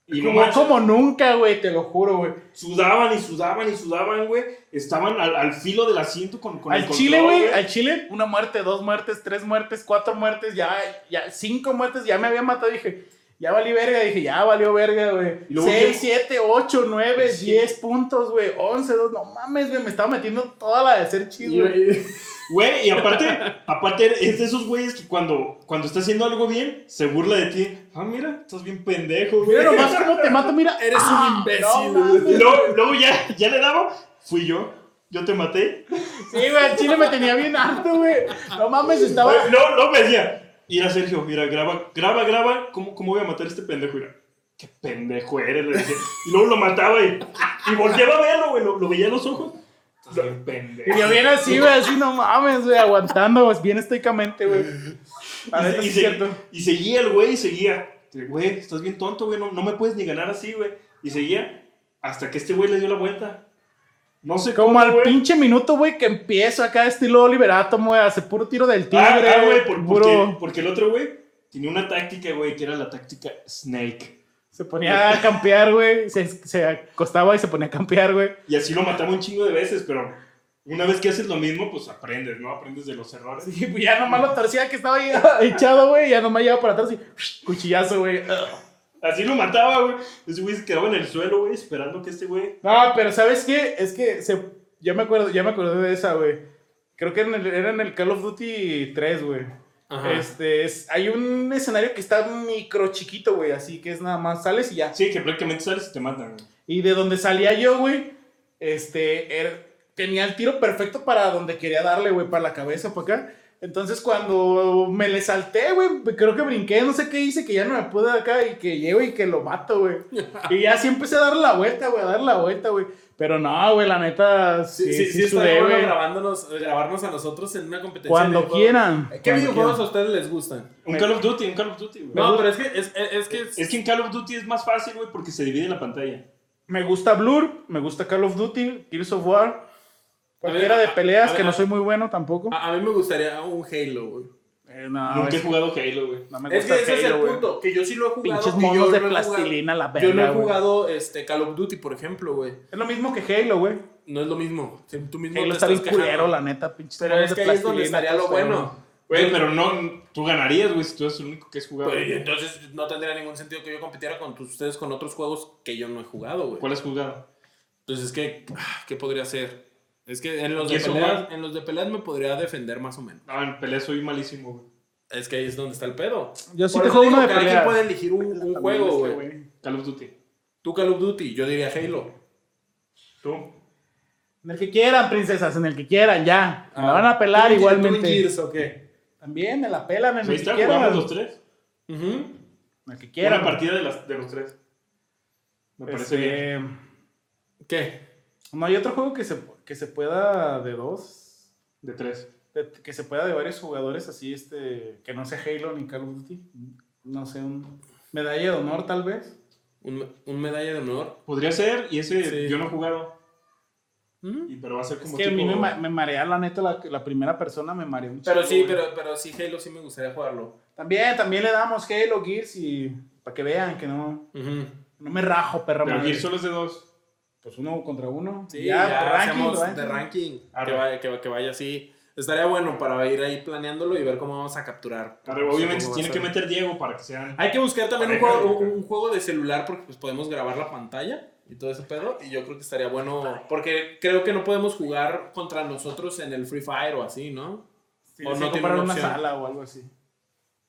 Speaker 5: y
Speaker 3: Jugó
Speaker 5: nomás
Speaker 3: como nunca, güey, te lo juro, güey.
Speaker 5: sudaban y sudaban y sudaban, güey. Estaban al, al filo del asiento con, con el
Speaker 3: Al Chile,
Speaker 5: control,
Speaker 3: güey, al Chile, una muerte, dos muertes, tres muertes, cuatro muertes, ya, ya, cinco muertes, ya me había matado, dije, ya valí verga, dije, ya valió verga, güey.
Speaker 5: Y luego
Speaker 3: Seis,
Speaker 5: yo-
Speaker 3: siete, ocho, nueve,
Speaker 5: Sí.
Speaker 3: diez puntos, güey, once, dos, no mames, güey, me estaba metiendo toda la de ser chido, güey.
Speaker 5: eh, Güey, y aparte, aparte es de esos güeyes que cuando, cuando está haciendo algo bien, se burla de ti. Ah, mira, estás bien pendejo, güey.
Speaker 3: Mira nomás cómo te mato, mira.
Speaker 4: Eres un
Speaker 3: Ah,
Speaker 4: imbécil,
Speaker 3: no mames.
Speaker 5: Y luego, luego ya, ya le daba, fui yo, yo te maté.
Speaker 3: Sí, güey, al Chile me tenía bien harto, güey. No mames, estaba...
Speaker 5: Güey, Luego, luego me decía, mira Sergio, mira, graba, graba, graba, ¿cómo, cómo voy a matar a este pendejo? Mira, qué pendejo eres, le decía. Y luego lo mataba y, y volteaba a verlo, güey, lo, lo veía en los ojos. Estás bien
Speaker 3: Y
Speaker 5: pendejo.
Speaker 3: yo bien así, güey, así, no mames, güey, aguantando, pues, bien estoicamente, güey. A ver,
Speaker 5: Y,
Speaker 3: sí es
Speaker 5: se-
Speaker 3: cierto.
Speaker 5: y seguía el güey y seguía. Dice, Güey, estás bien tonto, güey. No, no me puedes ni ganar así, güey. Y seguía hasta que este güey le dio la vuelta. No sé cómo,
Speaker 3: Como al
Speaker 5: güey.
Speaker 3: pinche minuto, güey, que empiezo acá estilo Liberato, güey, hace puro tiro del tigre,
Speaker 5: Ah, ah, güey, por- porque,
Speaker 3: puro...
Speaker 5: porque el otro güey tenía una táctica, güey, que era la táctica Snake.
Speaker 3: Se ponía a campear, güey, se, se acostaba y se ponía a campear, güey.
Speaker 5: Y así lo mataba un chingo de veces, pero una vez que haces lo mismo, pues aprendes, ¿no? Aprendes de los errores.
Speaker 3: Y pues ya nomás lo torcía que estaba ahí echado, güey, ya nomás llevaba para atrás y cuchillazo, güey.
Speaker 5: Así lo mataba, güey. Ese güey se quedaba en el suelo, güey, esperando que este güey.
Speaker 3: No, pero ¿sabes qué? Es que se... yo me acuerdo, ya me acordé de esa, güey. Creo que en el- era en el Call of Duty 3, güey.
Speaker 4: Ajá.
Speaker 3: Este, es, hay un escenario que está micro chiquito, güey, así que es nada más sales y ya.
Speaker 5: Sí, que prácticamente sales y te matan, güey.
Speaker 3: Y de donde salía yo, güey, este, era- tenía el tiro perfecto para donde quería darle, güey, para la cabeza, para acá. Entonces cuando me le salté, güey, creo que brinqué, no sé qué hice, que ya no me pude acá y que llego y que lo mato, güey. Y ya sí empecé a dar la vuelta, güey, a dar la vuelta, güey. Pero no, güey, la neta, sí,
Speaker 4: Sí, sí, sí, está
Speaker 3: sudé,
Speaker 4: bueno
Speaker 3: güey.
Speaker 4: grabándonos, grabarnos a nosotros en una competencia. de
Speaker 3: Cuando
Speaker 4: videojuegos.
Speaker 3: quieran.
Speaker 4: ¿Qué
Speaker 3: cuando
Speaker 4: videojuegos a
Speaker 3: quieran.
Speaker 4: ustedes les gustan?
Speaker 5: Un Call of Duty, un Call of Duty, güey.
Speaker 4: No, pero es que es, es- es que
Speaker 5: Es que en Call of Duty es más fácil, güey, porque se divide la pantalla.
Speaker 3: Me gusta Blur, me gusta Call of Duty, Gears of War. Cualquiera
Speaker 4: A
Speaker 3: de
Speaker 4: ver,
Speaker 3: peleas,
Speaker 4: a ver, Ah,
Speaker 3: que no
Speaker 4: a-
Speaker 3: soy muy bueno tampoco.
Speaker 4: a, a mí me gustaría un Halo, güey.
Speaker 3: Eh, no,
Speaker 5: Nunca he
Speaker 3: es-
Speaker 5: jugado Halo, güey.
Speaker 3: no me
Speaker 4: Es que
Speaker 3: gusta
Speaker 4: ese es el
Speaker 3: Halo, güey.
Speaker 4: punto, que yo sí lo he jugado.
Speaker 3: Pinches
Speaker 4: y yo
Speaker 3: monos de
Speaker 4: no he jugado-
Speaker 3: plastilina, la
Speaker 4: Yo no he
Speaker 3: verga, güey.
Speaker 4: jugado este, Call of Duty, por ejemplo, güey.
Speaker 3: Es lo mismo que Halo, güey.
Speaker 4: No es lo mismo. Si Tú mismo
Speaker 3: Halo
Speaker 4: te
Speaker 3: está bien
Speaker 4: estás quejando.
Speaker 3: culero, la neta, pinches
Speaker 4: Pero
Speaker 3: monos
Speaker 4: es
Speaker 3: de
Speaker 4: que ahí es donde
Speaker 3: plastilina,
Speaker 4: estaría lo
Speaker 3: todos feos.
Speaker 4: bueno.
Speaker 5: Güey, pero no, tú ganarías, güey, si tú eres el único que es jugado.
Speaker 4: Pues, entonces no tendría ningún sentido que yo compitiera con tus- ustedes con otros juegos que yo no he jugado, güey.
Speaker 5: ¿Cuál es jugado?
Speaker 4: Entonces es que, ah, ¿qué podría hacer? Es que en los,
Speaker 5: ¿Y
Speaker 4: de
Speaker 5: eso,
Speaker 4: peleas, en los de peleas me podría defender más o menos.
Speaker 5: Ah, en pelea soy malísimo, güey.
Speaker 4: Es que ahí es donde está el pedo.
Speaker 3: Yo sí
Speaker 4: Por
Speaker 3: te
Speaker 4: eso
Speaker 3: juego uno
Speaker 4: digo
Speaker 3: de
Speaker 4: que alguien
Speaker 3: pelea.
Speaker 4: puede elegir un, un juego,
Speaker 5: También
Speaker 4: güey.
Speaker 5: este, Call of Duty.
Speaker 4: Tú Call of Duty, yo diría Halo.
Speaker 5: ¿Tú?
Speaker 3: En el que quieran, princesas, en el que quieran, ya. Me la van a
Speaker 4: Ah. ¿Tú
Speaker 3: pelar
Speaker 4: un-
Speaker 3: igualmente.
Speaker 4: tú un Gears o qué?
Speaker 3: También me la pelan en
Speaker 5: Pues Ahí
Speaker 3: el que
Speaker 5: está,
Speaker 3: quieran.
Speaker 5: jugamos los tres.
Speaker 4: Ujú.
Speaker 3: En el que
Speaker 5: Una
Speaker 3: quieran.
Speaker 5: partida de, las, de los tres. Me parece
Speaker 3: Este,
Speaker 5: bien.
Speaker 4: ¿Qué?
Speaker 3: No hay otro juego que se, que se pueda de dos.
Speaker 5: De tres.
Speaker 3: de- que se pueda de varios jugadores así, este. Que no sea Halo ni Call of Duty. No sé, un. Medalla de honor, tal vez.
Speaker 4: Un, un medalla de honor.
Speaker 5: Podría ser, y ese
Speaker 4: Sí.
Speaker 5: yo no he jugado.
Speaker 4: ¿Mm?
Speaker 5: y- pero va a ser
Speaker 3: Es
Speaker 5: como
Speaker 3: que a mí
Speaker 5: tipo-
Speaker 3: me, ma- me marea, la neta, la, la primera persona me marea un
Speaker 4: Pero
Speaker 3: chingo,
Speaker 4: sí,
Speaker 3: güey.
Speaker 4: pero, pero sí, Halo sí me gustaría jugarlo.
Speaker 3: También, también le damos Halo, Gears y. Para que vean que no.
Speaker 4: Ujú.
Speaker 3: No me rajo, perra
Speaker 5: Pero
Speaker 3: madre.
Speaker 5: aquí solo es de dos.
Speaker 3: Pues uno contra uno.
Speaker 4: Sí, ya,
Speaker 3: por
Speaker 4: hacemos
Speaker 3: ranking,
Speaker 4: de ranking. Que
Speaker 5: Arre.
Speaker 4: vaya, que, que vaya así. Estaría bueno para ir ahí planeándolo y ver cómo vamos a capturar.
Speaker 5: Pero
Speaker 4: No sé
Speaker 5: obviamente
Speaker 4: cómo va
Speaker 5: tiene
Speaker 4: a
Speaker 5: que
Speaker 4: ser.
Speaker 5: meter Diego para que sean.
Speaker 4: Hay que buscar también un
Speaker 5: Pareja,
Speaker 4: juego,
Speaker 5: pareja.
Speaker 4: un juego de celular porque pues podemos grabar la pantalla y todo ese pedo. Y yo creo que estaría bueno. Porque creo que no podemos jugar contra nosotros en el Free Fire o así, ¿no?
Speaker 3: Sí,
Speaker 4: O
Speaker 3: o
Speaker 4: no
Speaker 3: no
Speaker 4: tiene
Speaker 3: comprar
Speaker 4: una
Speaker 3: una
Speaker 4: opción.
Speaker 3: sala o algo así.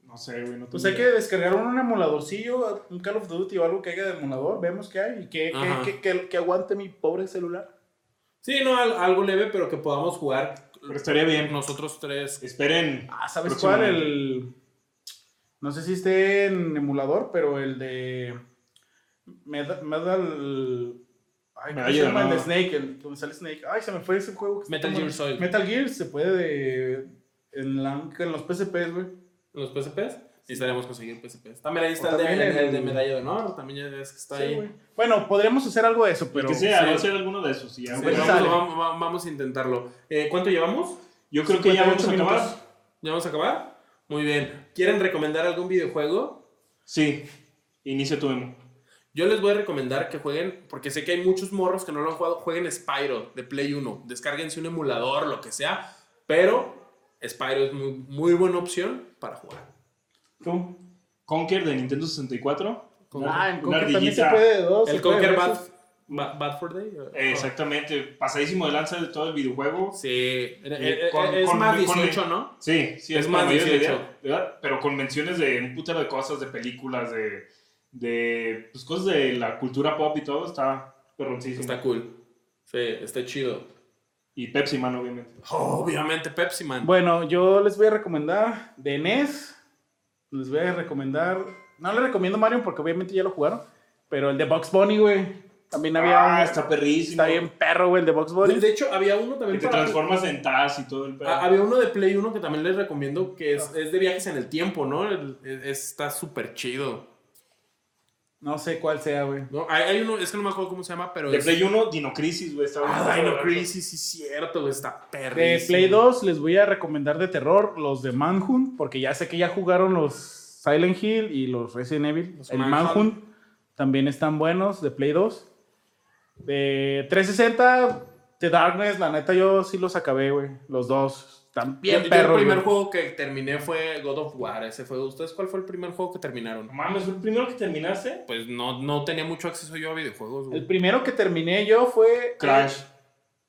Speaker 5: No sé, güey. No
Speaker 3: Pues hay
Speaker 5: tengo
Speaker 3: que descargar un emuladorcillo, un Call of Duty o algo que haya de emulador. Vemos qué hay y que, que-
Speaker 4: Ajá.
Speaker 3: que- que- que aguante mi pobre celular.
Speaker 4: Sí, no, al- algo leve, pero que podamos jugar
Speaker 5: Pero estaría bien.
Speaker 4: nosotros tres.
Speaker 5: Esperen.
Speaker 3: Ah, ¿sabes
Speaker 5: Próximo.
Speaker 3: cuál? El. No sé si esté en emulador, pero el de. Medal. Medal ay, ¿cómo
Speaker 5: Medalla
Speaker 3: se
Speaker 5: de
Speaker 3: llama? El de
Speaker 5: honor.
Speaker 3: Snake, el donde sale Snake. Ay, se me fue ese juego. que está
Speaker 4: Metal
Speaker 3: como-
Speaker 4: Gear Solid.
Speaker 3: Metal Gear se puede de. En, la- en los PSPs, güey.
Speaker 4: ¿Los PSPs? Necesitaríamos conseguir PSPs. También ahí está
Speaker 3: O
Speaker 4: el de,
Speaker 3: también
Speaker 4: el,
Speaker 3: el-
Speaker 4: de medalla de honor. También ya ves que está
Speaker 3: Sí,
Speaker 4: ahí.
Speaker 3: güey. bueno, podríamos hacer algo de eso, pero.
Speaker 5: Pero, que sea,
Speaker 4: sí.
Speaker 5: va a ser alguno de esos. y ya,
Speaker 4: Sí,
Speaker 5: güey.
Speaker 3: Pues
Speaker 4: vamos,
Speaker 3: sale.
Speaker 4: vamos- va- vamos a intentarlo. Eh, ¿Cuánto llevamos?
Speaker 5: Yo creo que ya vamos a
Speaker 3: 58
Speaker 5: acabar.
Speaker 3: minutos.
Speaker 4: ¿Ya vamos a acabar? Muy bien. ¿Quieren recomendar algún videojuego?
Speaker 5: Sí. Inicia tu demo.
Speaker 4: Yo les voy a recomendar que jueguen, porque sé que hay muchos morros que no lo han jugado, jueguen Spyro de Play 1. Descárguense un emulador, lo que sea, pero Spyro es muy, muy buena opción para jugar.
Speaker 5: ¿Tú? Conker de Nintendo 64.
Speaker 3: Ah, en
Speaker 5: Una
Speaker 3: Conker también se
Speaker 5: ardillita.
Speaker 3: puede de dos.
Speaker 4: El
Speaker 3: se puede de
Speaker 4: Conquer Bad,
Speaker 3: esos.
Speaker 4: Ba- Bad for Day. ¿o?
Speaker 5: Eh, Exactamente. Pasadísimo de lanza de todo el videojuego.
Speaker 4: Sí, eh, eh,
Speaker 5: con-
Speaker 4: es
Speaker 5: con-
Speaker 4: más
Speaker 5: con-
Speaker 4: 18, ¿no?
Speaker 5: Sí, sí,
Speaker 4: Es más
Speaker 5: promedio de
Speaker 4: 18.
Speaker 5: idea, ¿verdad? Pero con menciones de un putero de cosas, de películas, de, de pues, cosas de la cultura pop y todo, está perroncísimo.
Speaker 4: Está cool. Sí, está chido.
Speaker 5: Y Pepsi Man, obviamente.
Speaker 4: Obviamente Pepsi Man.
Speaker 3: Bueno, yo les voy a recomendar de NES. Les voy a recomendar. No le recomiendo Mario porque obviamente ya lo jugaron. Pero el de Box Bunny, güey. También había.
Speaker 5: ah,
Speaker 3: un-
Speaker 5: está perrísimo.
Speaker 3: está bien perro, güey, el de Box
Speaker 4: De
Speaker 3: Bunny.
Speaker 4: de hecho, había uno
Speaker 5: Que
Speaker 4: también
Speaker 5: te
Speaker 4: para...
Speaker 5: transformas en Taz y todo el pedo.
Speaker 4: Ah, había uno de Play 1 que también les recomiendo que
Speaker 3: Ah.
Speaker 4: es, es de viajes en el tiempo, ¿no? El- es- está súper chido.
Speaker 3: No sé cuál sea, güey.
Speaker 4: ¿no? Hay, hay uno, es que no me acuerdo cómo se llama, pero
Speaker 5: de
Speaker 4: es.
Speaker 5: Play 1, Dino Crisis, güey. Está
Speaker 4: Ah,
Speaker 5: bien.
Speaker 4: Dino Crisis, sí, cierto, güey, está perro.
Speaker 3: De Play 2 les voy a recomendar de terror los de Manhunt. Porque ya sé que ya jugaron los Silent Hill y los Resident Evil.
Speaker 4: Los
Speaker 3: el
Speaker 4: Manhunt.
Speaker 3: Manhunt también están buenos de Play 2. De 360, The Darkness, la neta yo sí los acabé, güey. Los dos. Están bien
Speaker 4: Bien,
Speaker 3: perros,
Speaker 4: el
Speaker 3: güey.
Speaker 4: primer juego que terminé fue God of War. Ese fue. ¿Ustedes cuál fue el primer juego que terminaron?
Speaker 5: No mames, ¿fue el primero que terminaste?
Speaker 4: Pues no, no tenía mucho acceso yo a videojuegos, güey.
Speaker 3: El primero que terminé yo fue.
Speaker 5: Crash.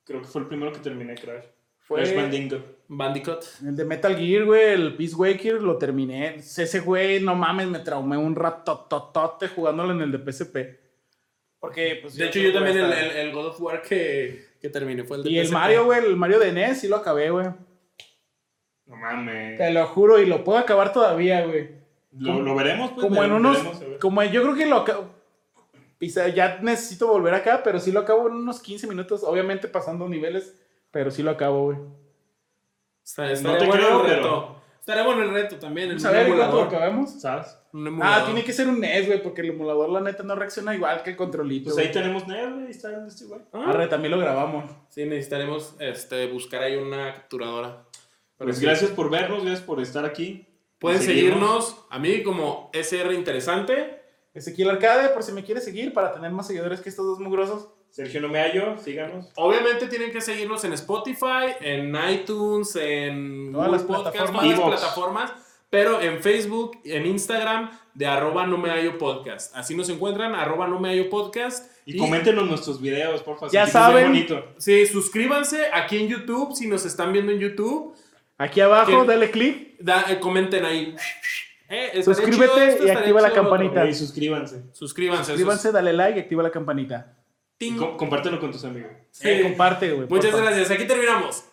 Speaker 5: Creo que fue el primero que terminé, Crash.
Speaker 3: Fue-
Speaker 5: Crash Bandicoot.
Speaker 4: Bandicoot.
Speaker 3: El de Metal Gear, güey, el Peace Waker, lo terminé. Ese güey, no mames, me traumé un ratototote jugándolo en el de PSP. Porque, pues.
Speaker 4: De
Speaker 3: yo
Speaker 4: hecho,
Speaker 3: no
Speaker 4: yo
Speaker 3: voy a
Speaker 4: también el,
Speaker 3: estar-
Speaker 4: el- el God of War que, que terminé fue el de
Speaker 3: Y el
Speaker 4: PSP.
Speaker 3: Mario, güey, el Mario de NES, sí lo acabé, güey.
Speaker 5: No mames.
Speaker 3: Te lo juro, y lo puedo acabar todavía, güey.
Speaker 5: Lo, lo veremos, pues.
Speaker 3: Como en
Speaker 5: lo
Speaker 3: unos.
Speaker 5: veremos, a ver.
Speaker 3: Como en- yo creo que lo acabo. quizá Ya necesito volver acá, pero sí lo acabo en unos 15 minutos, obviamente pasando niveles, pero sí lo acabo, güey.
Speaker 4: Está- estaría
Speaker 5: te
Speaker 4: bueno
Speaker 5: creo,
Speaker 4: el
Speaker 5: pero-
Speaker 4: reto. Estaría bueno el reto también. el
Speaker 3: Vamos a ver cuánto lo
Speaker 4: emulador.
Speaker 3: acabamos.
Speaker 5: ¿Sabes?
Speaker 4: Un
Speaker 3: Ah,
Speaker 4: emulador.
Speaker 3: tiene que ser un NES, güey, porque el emulador, la neta, no reacciona igual que el controlito.
Speaker 5: Pues ahí
Speaker 3: güey.
Speaker 5: tenemos Nerd, güey. Está en este güey.
Speaker 4: Ah,
Speaker 3: Arre, también lo grabamos.
Speaker 4: Sí, necesitaremos este, buscar ahí una capturadora. Pero
Speaker 5: Pues
Speaker 4: sí.
Speaker 5: gracias por vernos, gracias por estar aquí.
Speaker 4: Pueden
Speaker 5: Seguimos.
Speaker 4: seguirnos a mí como SR Interesante.
Speaker 3: Ezequiel Arcade, por si me quieres seguir, para tener más seguidores que estos dos mugrosos.
Speaker 5: Sergio No Me Hallo, síganos.
Speaker 4: Obviamente tienen que seguirnos en Spotify, en iTunes, en
Speaker 3: Todas
Speaker 4: Google
Speaker 3: las
Speaker 4: Podcast,
Speaker 3: plataformas.
Speaker 4: todas las
Speaker 5: Evox.
Speaker 4: plataformas, pero en Facebook, en Instagram, de arroba no me hallo podcast. Así nos encuentran, arroba no me hallo podcast.
Speaker 5: Y, coméntenos nuestros videos, por favor.
Speaker 3: Ya saben.
Speaker 4: Sí, suscríbanse aquí en YouTube, si nos están viendo en YouTube,
Speaker 3: Aquí abajo,
Speaker 4: ¿Qué?
Speaker 3: dale click.
Speaker 4: da- eh, comenten ahí. Eh, estaría
Speaker 3: Suscríbete
Speaker 4: chido esto,
Speaker 3: y
Speaker 4: estaría
Speaker 3: activa la
Speaker 4: chido lo otro.
Speaker 3: campanita.
Speaker 5: Y suscríbanse.
Speaker 4: Suscríbanse.
Speaker 3: Suscríbanse, dale like y activa la campanita.
Speaker 5: Y
Speaker 4: Ting.
Speaker 5: co- compártelo con tus amigos.
Speaker 3: Sí, comparte, güey.
Speaker 4: Muchas
Speaker 3: porfa.
Speaker 4: gracias. Aquí terminamos.